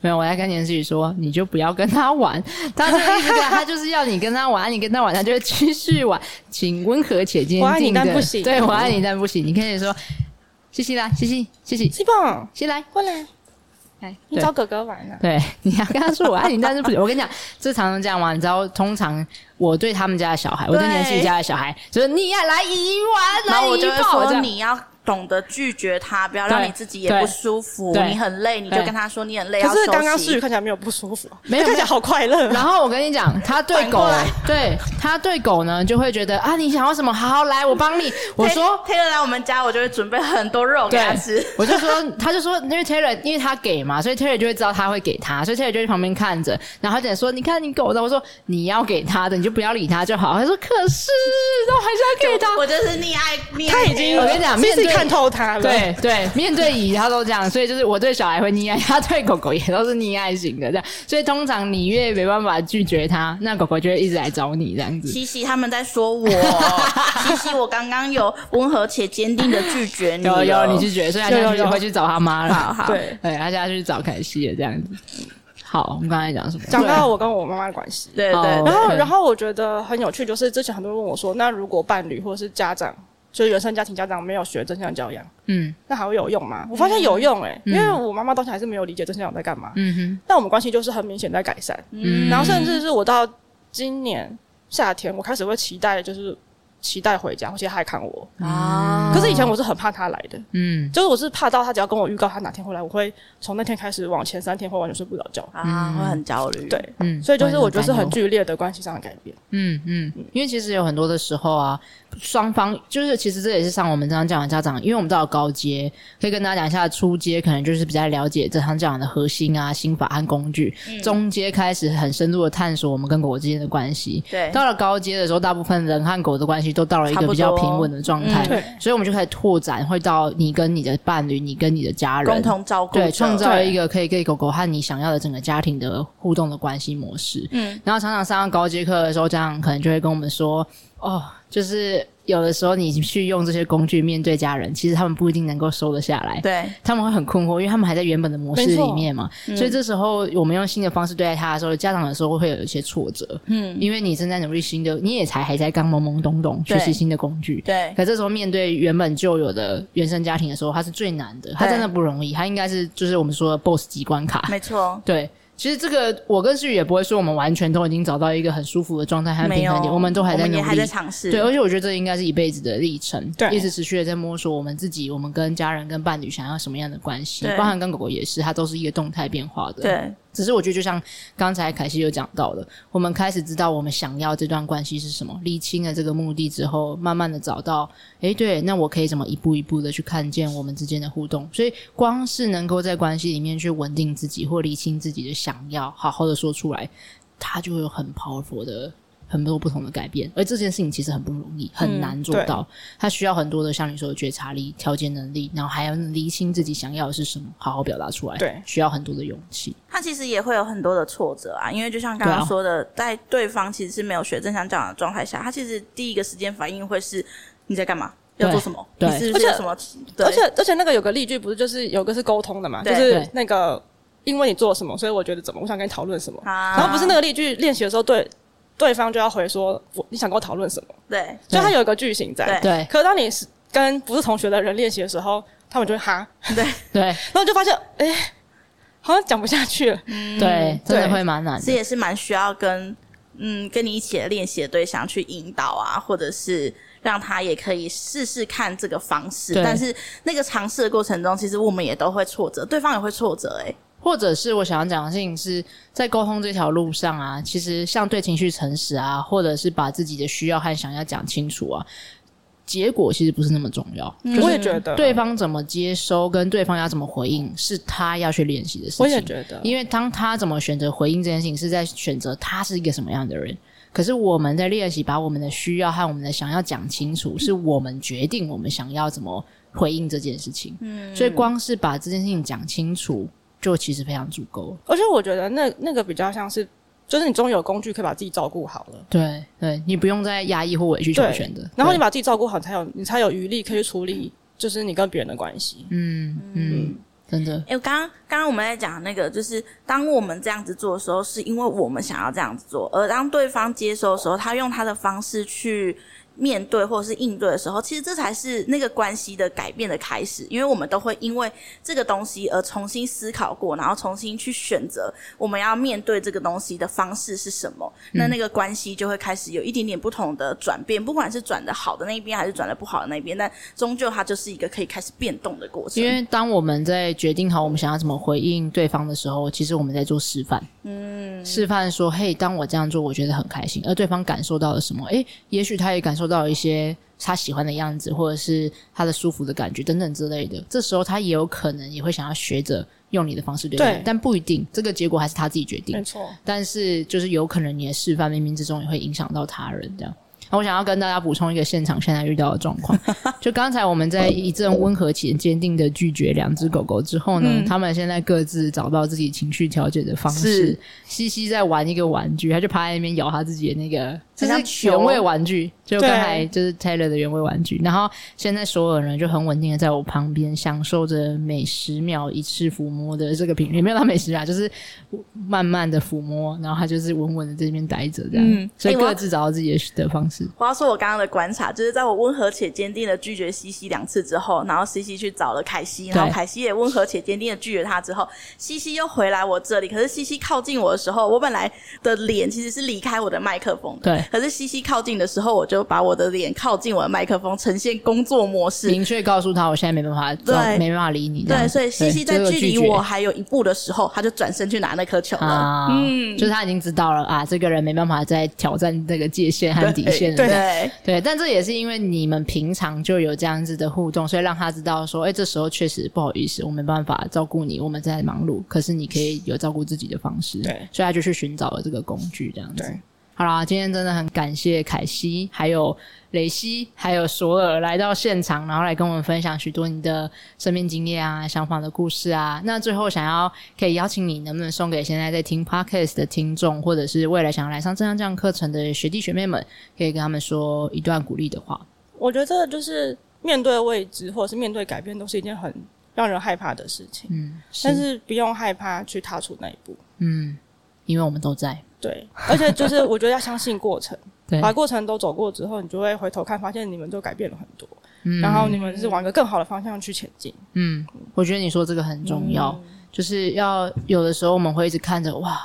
[SPEAKER 1] 没有，我在跟年思雨说，你就不要跟他玩，他就一直跟他就是要你跟他玩，你跟他玩，他就会继续玩，请温和且坚定的。
[SPEAKER 3] 我爱你但不行
[SPEAKER 1] 对我爱你但不行，你可以说谢谢啦，谢谢谢谢，
[SPEAKER 3] 西棒，
[SPEAKER 1] 谢来
[SPEAKER 3] 过来，
[SPEAKER 1] 来，哎
[SPEAKER 3] 你
[SPEAKER 1] 对
[SPEAKER 3] 找哥哥玩啊。
[SPEAKER 1] 对， <laughs> 你要跟他说我爱你，但是不行。我跟你讲，这常常这样嘛。你知道，通常我对他们家的小孩，我对
[SPEAKER 2] 对
[SPEAKER 1] 年纪家的小孩，就是你要来一碗，
[SPEAKER 2] 然
[SPEAKER 1] 来
[SPEAKER 2] 后我
[SPEAKER 1] 一
[SPEAKER 2] 就会
[SPEAKER 1] 泡这
[SPEAKER 2] 说，
[SPEAKER 1] 样。
[SPEAKER 2] 你要懂得拒绝他，不要让
[SPEAKER 1] 对
[SPEAKER 2] 你自己也不舒服。
[SPEAKER 1] 对
[SPEAKER 2] 你很累，你就
[SPEAKER 1] 对
[SPEAKER 2] 跟他说你很累，要
[SPEAKER 3] 可
[SPEAKER 2] 休
[SPEAKER 3] 是
[SPEAKER 2] 息。
[SPEAKER 3] 刚刚思雨看起来没有不舒服啊，
[SPEAKER 1] <laughs> 没有
[SPEAKER 3] 她看起来好快乐
[SPEAKER 1] 然
[SPEAKER 3] 啊。
[SPEAKER 1] 后我跟你讲，他对
[SPEAKER 2] 反
[SPEAKER 1] 狗
[SPEAKER 2] 过来，
[SPEAKER 1] 对他对狗呢，就会觉得啊，你想要什么，好好来，我帮你。我说
[SPEAKER 2] <laughs> Taylor- Taylor 来我们家，我就会准备很多肉给
[SPEAKER 1] 对
[SPEAKER 2] 他吃。，
[SPEAKER 1] 我就说，他就说，因为 Taylor，因为他给嘛，所以 Taylor 就会知道他会给他，所以 Taylor 就在旁边看着，然后他就说，你看你狗的，我说你要给他的，你就不要理他就好。他说，可是，那我还是要给他。
[SPEAKER 2] 我就是溺爱，溺爱
[SPEAKER 3] <laughs> 他已经，
[SPEAKER 1] 哎我跟你讲面对
[SPEAKER 3] Cici 看透他了。
[SPEAKER 1] 对对，面对乙他都这样，所以就是我对小孩会溺爱，他对狗狗也都是溺爱型的这样。所以通常你越没办法拒绝他，那狗狗就会一直来找你这样子。
[SPEAKER 2] 西西他们在
[SPEAKER 1] <laughs>
[SPEAKER 2] 说我，西西，我刚刚有温和且坚定的拒绝你
[SPEAKER 1] 有
[SPEAKER 2] 了。
[SPEAKER 1] 有，你拒绝，所以他现在
[SPEAKER 3] 嗯有有
[SPEAKER 1] 就
[SPEAKER 3] 有
[SPEAKER 1] 会去找他妈了。
[SPEAKER 2] 好好
[SPEAKER 3] 对
[SPEAKER 1] 对，他现在去找凯西了这样子。好，我们刚才讲什么？
[SPEAKER 3] 讲到我跟我妈妈的关系，
[SPEAKER 2] 对
[SPEAKER 1] 哦
[SPEAKER 2] 对
[SPEAKER 3] 然
[SPEAKER 2] 对，
[SPEAKER 3] 后
[SPEAKER 1] 对
[SPEAKER 3] 然后我觉得很有趣，就是之前很多人问我说，那如果伴侣或者是家长，就是原生家庭家长没有学正向教养，
[SPEAKER 1] 嗯
[SPEAKER 3] 那还会有用吗？我发现有用哎、因为我妈妈当时还是没有理解正向教养在干嘛，
[SPEAKER 1] 嗯哼，
[SPEAKER 3] 但我们关系就是很明显在改善。
[SPEAKER 1] 嗯
[SPEAKER 3] 然后甚至是我到今年夏天，我开始会期待，就是期待回家，而且他还看我。
[SPEAKER 2] 啊
[SPEAKER 3] 可是以前我是很怕他来的，
[SPEAKER 1] 哦嗯
[SPEAKER 3] 就是我是怕到他只要跟我预告他哪天会来，我会从那天开始往前三天会完全睡不着觉。
[SPEAKER 2] 啊，会很焦虑。
[SPEAKER 3] 对，
[SPEAKER 1] 嗯，
[SPEAKER 3] 所以就是我觉得是
[SPEAKER 1] 很
[SPEAKER 3] 很剧烈的关系上的改变。
[SPEAKER 1] 嗯嗯，因为其实有很多的时候啊，双方就是其实这也是上我们这堂教养家长，因为我们到了高阶，可以跟大家讲一下初阶，可能就是比较了解这堂教养的核心啊、心法和工具；
[SPEAKER 2] 嗯
[SPEAKER 1] 中阶开始很深入的探索我们跟狗狗之间的关系；
[SPEAKER 2] 对
[SPEAKER 1] 到了高阶的时候，大部分人和狗的关系都到了一个比较
[SPEAKER 2] 差不多
[SPEAKER 1] 平稳的状态，
[SPEAKER 3] 嗯对
[SPEAKER 1] 所以我们就开始拓展，会到你跟你的伴侣、你跟你的家人
[SPEAKER 2] 共同照顾者，
[SPEAKER 1] 对，创造一个可以给狗狗和你想要的整个家庭的互动的关系模式。嗯，然后常常上到高阶课的时候，家长可能就会跟我们说，哦，就是有的时候你去用这些工具面对家人，其实他们不一定能够收得下来。
[SPEAKER 2] 对，
[SPEAKER 1] 他们会很困惑，因为他们还在原本的模式
[SPEAKER 3] 没错
[SPEAKER 1] 里面嘛，
[SPEAKER 2] 嗯
[SPEAKER 1] 所以这时候我们用新的方式对待他的时候，家长有时候会有一些挫折，嗯，因为你正在努力新的，你也才还在刚懵懵懂懂学
[SPEAKER 2] 对
[SPEAKER 1] 习新的工具，
[SPEAKER 2] 对
[SPEAKER 1] 可这时候面对原本就有的原生家庭的时候，它是最难的，它真的不容易，它应该是就是我们说的 BOSS 级关卡，
[SPEAKER 2] 没错，
[SPEAKER 1] 对。其实这个我跟世宇也不会说我们完全都已经找到一个很舒服的状态和
[SPEAKER 2] 没
[SPEAKER 1] 平
[SPEAKER 2] 有
[SPEAKER 1] 衡点，，我们都还在
[SPEAKER 2] 我们
[SPEAKER 1] 努
[SPEAKER 2] 也还
[SPEAKER 1] 力
[SPEAKER 2] 在。尝试。
[SPEAKER 1] 对，而且我觉得这应该是一辈子的历程，
[SPEAKER 3] 对
[SPEAKER 1] 一直持续的在摸索我们自己，我们跟家人、跟伴侣想要什么样的关系，
[SPEAKER 2] 对
[SPEAKER 1] 包含跟狗狗也是，它都是一个动态变化的。，
[SPEAKER 2] 对
[SPEAKER 1] 只是我觉得就像刚才凯西有讲到的，我们开始知道我们想要这段关系是什么，理清了这个目的之后，慢慢的找到，诶，对，那我可以怎么一步一步的去看见我们之间的互动？所以光是能够在关系里面去稳定自己或理清自己的想要，好好的说出来，它就会有很 powerful 的。很多不同的改变，而这件事情其实很不容易，很难做
[SPEAKER 3] 嗯对
[SPEAKER 1] 到。它需要很多的，像你说的觉察力、调节能力，然后还要厘清自己想要的是什么，好好表达出来。
[SPEAKER 3] 对
[SPEAKER 1] 需要很多的勇气。
[SPEAKER 2] 他其实也会有很多的挫折啊，因为就像刚
[SPEAKER 1] 对啊
[SPEAKER 2] 刚说的，在对方其实是没有学正向教养的状态下，他其实第一个时间反应会是你在干嘛，
[SPEAKER 1] 对
[SPEAKER 2] 要做什么，
[SPEAKER 1] 对
[SPEAKER 2] 你是不是
[SPEAKER 3] 而
[SPEAKER 2] 有
[SPEAKER 3] 且
[SPEAKER 2] 什么？对
[SPEAKER 3] 而且而且那个有个例句不是就是有个是沟通的嘛，就
[SPEAKER 2] 对
[SPEAKER 3] 是
[SPEAKER 1] 对
[SPEAKER 3] 那个因为你做什么，所以我觉得怎么，我想跟你讨论什么。
[SPEAKER 2] 啊，
[SPEAKER 3] 然后不是那个例句练习的时候，对对方就要回说我你想跟我讨论什么，
[SPEAKER 2] 对
[SPEAKER 3] 就他有一个句型在。
[SPEAKER 2] 对
[SPEAKER 1] 对
[SPEAKER 3] 可是当你是跟不是同学的人练习的时候，他们就会哈，
[SPEAKER 2] 对
[SPEAKER 1] 对
[SPEAKER 3] 然后就发现哎、好像讲不下去了。
[SPEAKER 1] 对，真的
[SPEAKER 3] 对
[SPEAKER 1] 会蛮难
[SPEAKER 2] 这
[SPEAKER 1] 的。
[SPEAKER 2] 也是蛮需要跟嗯跟你一起的练习的对象去引导啊，或者是让他也可以试试看这个方式。
[SPEAKER 1] 对
[SPEAKER 2] 但是那个尝试的过程中，其实我们也都会挫折，对方也会挫折、欸。
[SPEAKER 1] 或者是我想要讲的事情是在沟通这条路上啊，其实像对情绪诚实啊，或者是把自己的需要和想要讲清楚啊，结果其实不是那么重要。就是
[SPEAKER 3] 我也觉得，
[SPEAKER 1] 对，方怎么接收，跟对方要怎么回应，是他要去练习的事情。
[SPEAKER 3] 我也觉得，
[SPEAKER 1] 因为当他怎么选择回应这件事情，是在选择他是一个什么样的人。可是我们在练习把我们的需要和我们的想要讲清楚，是我们决定我们想要怎么回应这件事情。嗯，所以光是把这件事情讲清楚，就其实非常足够了。
[SPEAKER 3] 而且我觉得那那个比较像是，就是你终于有工具可以把自己照顾好了。
[SPEAKER 1] 对，对你不用再压抑或委曲求
[SPEAKER 3] 对
[SPEAKER 1] 全的。
[SPEAKER 3] 然后你
[SPEAKER 1] 把
[SPEAKER 3] 把自己照顾好，你才有你才有余力可以去处理，就是你跟别人的关系。
[SPEAKER 1] 嗯嗯，真的
[SPEAKER 2] 哎、我刚刚刚刚我们在讲那个，就是当我们这样子做的时候，是因为我们想要这样子做，而当对方接受的时候，他用他的方式去面对或者是应对的时候，其实这才是那个关系的改变的开始，因为我们都会因为这个东西而重新思考过，然后重新去选择我们要面对这个东西的方式是什么，那
[SPEAKER 1] 嗯
[SPEAKER 2] 那个关系就会开始有一点点不同的转变，不管是转的好的那一边还是转的不好的那一边，但终究它就是一个可以开始变动的过程。
[SPEAKER 1] 因为当我们在决定好我们想要怎么回应对方的时候，其实我们在做示范，嗯，示范说，嘿，当我这样做，我觉得很开心，而对方感受到了什么？诶，也许他也感受到了一些他喜欢的样子，或者是他的舒服的感觉等等之类的。这时候他也有可能也会想要学着用你的方式对待
[SPEAKER 3] 对
[SPEAKER 1] 你，但不一定，这个结果还是他自己决定
[SPEAKER 3] 没。错，
[SPEAKER 1] 但是就是有可能你的示范冥冥之中也会影响到他人这样。然后我想要跟大家补充一个现场现在遇到的状
[SPEAKER 2] <laughs>
[SPEAKER 1] 况，就刚才我们在一阵温和且坚定的拒绝两只狗狗之后
[SPEAKER 2] 嗯
[SPEAKER 1] 呢，他们现在各自找到自己情绪调节的方式
[SPEAKER 2] 是。
[SPEAKER 1] 西西在玩一个玩具，他就趴在那边咬他自己的那个，这
[SPEAKER 2] 像
[SPEAKER 1] 是
[SPEAKER 2] 球
[SPEAKER 1] 原味玩具，就刚
[SPEAKER 3] 对
[SPEAKER 1] 才就是 Taylor 的原味玩具。然后现在所有人就很稳定的在我旁边，享受着每十秒一次抚摸的这个频率，也没有到每十秒，就是慢慢的抚摸，然后他就是稳稳的在那边待着，这样，
[SPEAKER 3] 嗯
[SPEAKER 1] 所以
[SPEAKER 2] 哎我
[SPEAKER 1] 各自找到自己的的方式。
[SPEAKER 2] 我要说，我刚刚的观察就是，在我温和且坚定的拒绝西西两次之后，然后西西去找了凯西，然后凯西也温和且坚定的拒绝他之后，西西又回来我这里。可是西西靠近我的时候，我本来的脸其实是离开我的麦克风的，
[SPEAKER 1] 对，
[SPEAKER 2] 可是西西靠近的时候，我就把我的脸靠近我的麦克风，呈现工作模式。
[SPEAKER 1] 明确告诉他，我现在没办法，
[SPEAKER 2] 对
[SPEAKER 1] 没办法理你。这样
[SPEAKER 2] 对，所以西西在
[SPEAKER 1] 对这
[SPEAKER 2] 距
[SPEAKER 1] 个
[SPEAKER 2] 离
[SPEAKER 1] 绝
[SPEAKER 2] 我还有一步的时候，他就转身去拿那颗球了。
[SPEAKER 1] 啊，嗯，就是他已经知道了啊，这个人没办法再挑战这个界限和底线了。
[SPEAKER 3] 对
[SPEAKER 2] 对，
[SPEAKER 1] 对，但这也是因为你们平常就有这样子的互动，所以让他知道说，哎，这时候确实不好意思，我没办法照顾你，我们在忙碌，可是你可以有照顾自己的方式。
[SPEAKER 3] 对
[SPEAKER 1] 所以他就去寻找了这个工具，这样子
[SPEAKER 3] 对。
[SPEAKER 1] 好啦，今天真的很感谢凯西、还有蕾西、还有索尔来到现场，然后来跟我们分享许多你的生命经验啊、想法的故事啊。那最后想要可以邀请你，能不能送给现在在听 podcast 的听众，或者是未来想要来上正向这样课程的学弟学妹们，可以跟他们说一段鼓励的话。
[SPEAKER 3] 我觉得就是面对未知或者是面对改变，都是一件很让人害怕的事情。
[SPEAKER 1] 嗯，
[SPEAKER 3] 但是不用害怕去踏出那一步。
[SPEAKER 1] 嗯，因为我们都在，
[SPEAKER 3] 对，而且就是我觉得要相信过程，
[SPEAKER 1] 对，
[SPEAKER 3] 把过程都走过之后，你就会回头看，发现你们就改变了很多，然后你们是往一个更好的方向去前进。
[SPEAKER 1] 嗯，我觉得你说这个很重要。就是要有的时候我们会一直看着，哇，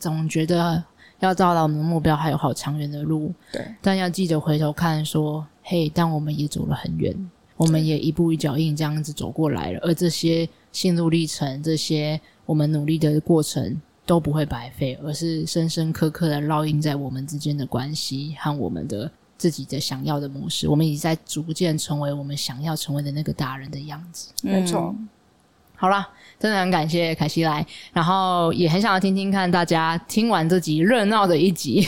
[SPEAKER 1] 总觉得要到达我们的目标还有好长远的路，
[SPEAKER 3] 对，
[SPEAKER 1] 但要记得回头看说，嘿，但我们也走了很远，我们也一步一脚印这样子走过来了，而这些心路历程，这些我们努力的过程都不会白费，而是深深刻刻的烙印在我们之间的关系和我们的自己的想要的模式，我们已在逐渐成为我们想要成为的那个大人的样子。
[SPEAKER 2] 嗯
[SPEAKER 3] 没错，
[SPEAKER 1] 好啦，真的很感谢凯西来，然后也很想要听听看大家听完这集热闹的一集，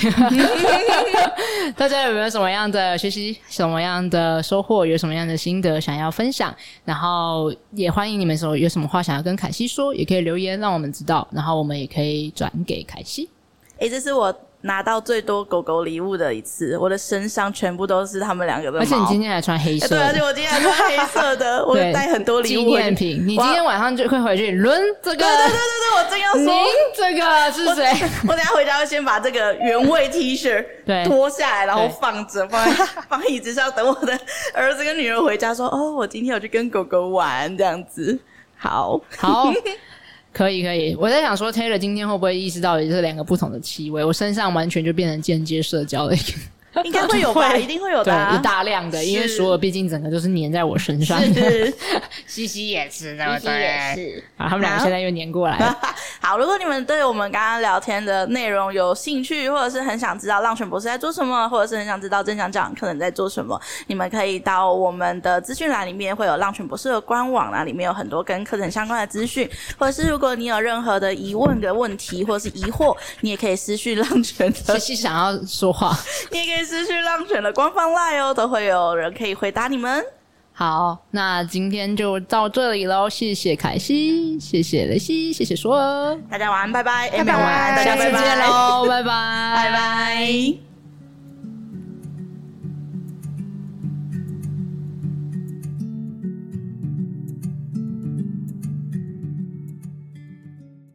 [SPEAKER 1] <laughs> 大家有没有什么样的学习、什么样的收获、有什么样的心得想要分享？然后也欢迎你们说有什么话想要跟凯西说，也可以留言让我们知道，然后我们也可以转给凯西。
[SPEAKER 2] 诶，这是我拿到最多狗狗礼物的一次，我的身上全部都是他们两个的毛。
[SPEAKER 1] 而且你今天还穿黑
[SPEAKER 2] 诶
[SPEAKER 1] 色
[SPEAKER 2] 哎对，啊而且
[SPEAKER 1] 的
[SPEAKER 2] 我今天还穿黑色的，我
[SPEAKER 1] 对
[SPEAKER 2] 带很多礼
[SPEAKER 1] 纪
[SPEAKER 2] 物回去。
[SPEAKER 1] 念品，你
[SPEAKER 2] 我
[SPEAKER 1] 今
[SPEAKER 2] 要
[SPEAKER 1] 天晚上就会回去抡这个
[SPEAKER 2] 对。对对对对，我正要
[SPEAKER 1] 您
[SPEAKER 2] 说，
[SPEAKER 1] 这个是谁？
[SPEAKER 2] 我等一下回家会先把这个原味 T 恤
[SPEAKER 1] 对
[SPEAKER 2] 脱下来，然后
[SPEAKER 1] 对
[SPEAKER 2] 放着，
[SPEAKER 1] <laughs>
[SPEAKER 2] 放在放在椅子上，等我的儿子跟女儿回家说：“哦，我今天有去跟狗狗玩，这样子。”好，
[SPEAKER 1] 好， <laughs> 可以可以。我在想说，Taylor 今天会不会意识到也是两个不同的气味？我身上完全就变成间接社交的一个，
[SPEAKER 2] 应该会有
[SPEAKER 1] <laughs>
[SPEAKER 2] 吧，一定会有的、啊
[SPEAKER 1] 对，。大量的，因为
[SPEAKER 2] 是
[SPEAKER 1] 所有毕竟整个都是粘在我身上。 <laughs>
[SPEAKER 2] 是是，
[SPEAKER 1] 西西也是，对不
[SPEAKER 2] 西西也是。
[SPEAKER 1] 啊，他们两个
[SPEAKER 2] 好
[SPEAKER 1] 现在又粘过来
[SPEAKER 2] <laughs>
[SPEAKER 1] 了。
[SPEAKER 2] 好，如果你们对我们刚刚聊天的内容有兴趣，或者是很想知道浪犬博士在做什么，或者是很想知道真想讲可能在做什么，你们可以到我们的资讯栏里面会有浪犬博士的官网啦，里面有很多跟课程相关的资讯，或者是如果你有任何的疑问的问题或是疑惑，你也可以私讯浪犬的
[SPEAKER 1] 西西想要说话。
[SPEAKER 2] <laughs> 你也可以私讯浪犬的官方 line 哦，都会有人可以回答你们。
[SPEAKER 1] 好，那今天就到这里喽，谢谢凯西，谢谢雷西，谢谢说儿，
[SPEAKER 2] 大家晚安，拜拜，诶没有
[SPEAKER 1] 那我
[SPEAKER 2] 晚
[SPEAKER 1] 们
[SPEAKER 2] 安，大
[SPEAKER 1] 下
[SPEAKER 2] 家
[SPEAKER 1] 次
[SPEAKER 2] 拜拜
[SPEAKER 1] 见，喽，拜拜，
[SPEAKER 2] 拜拜。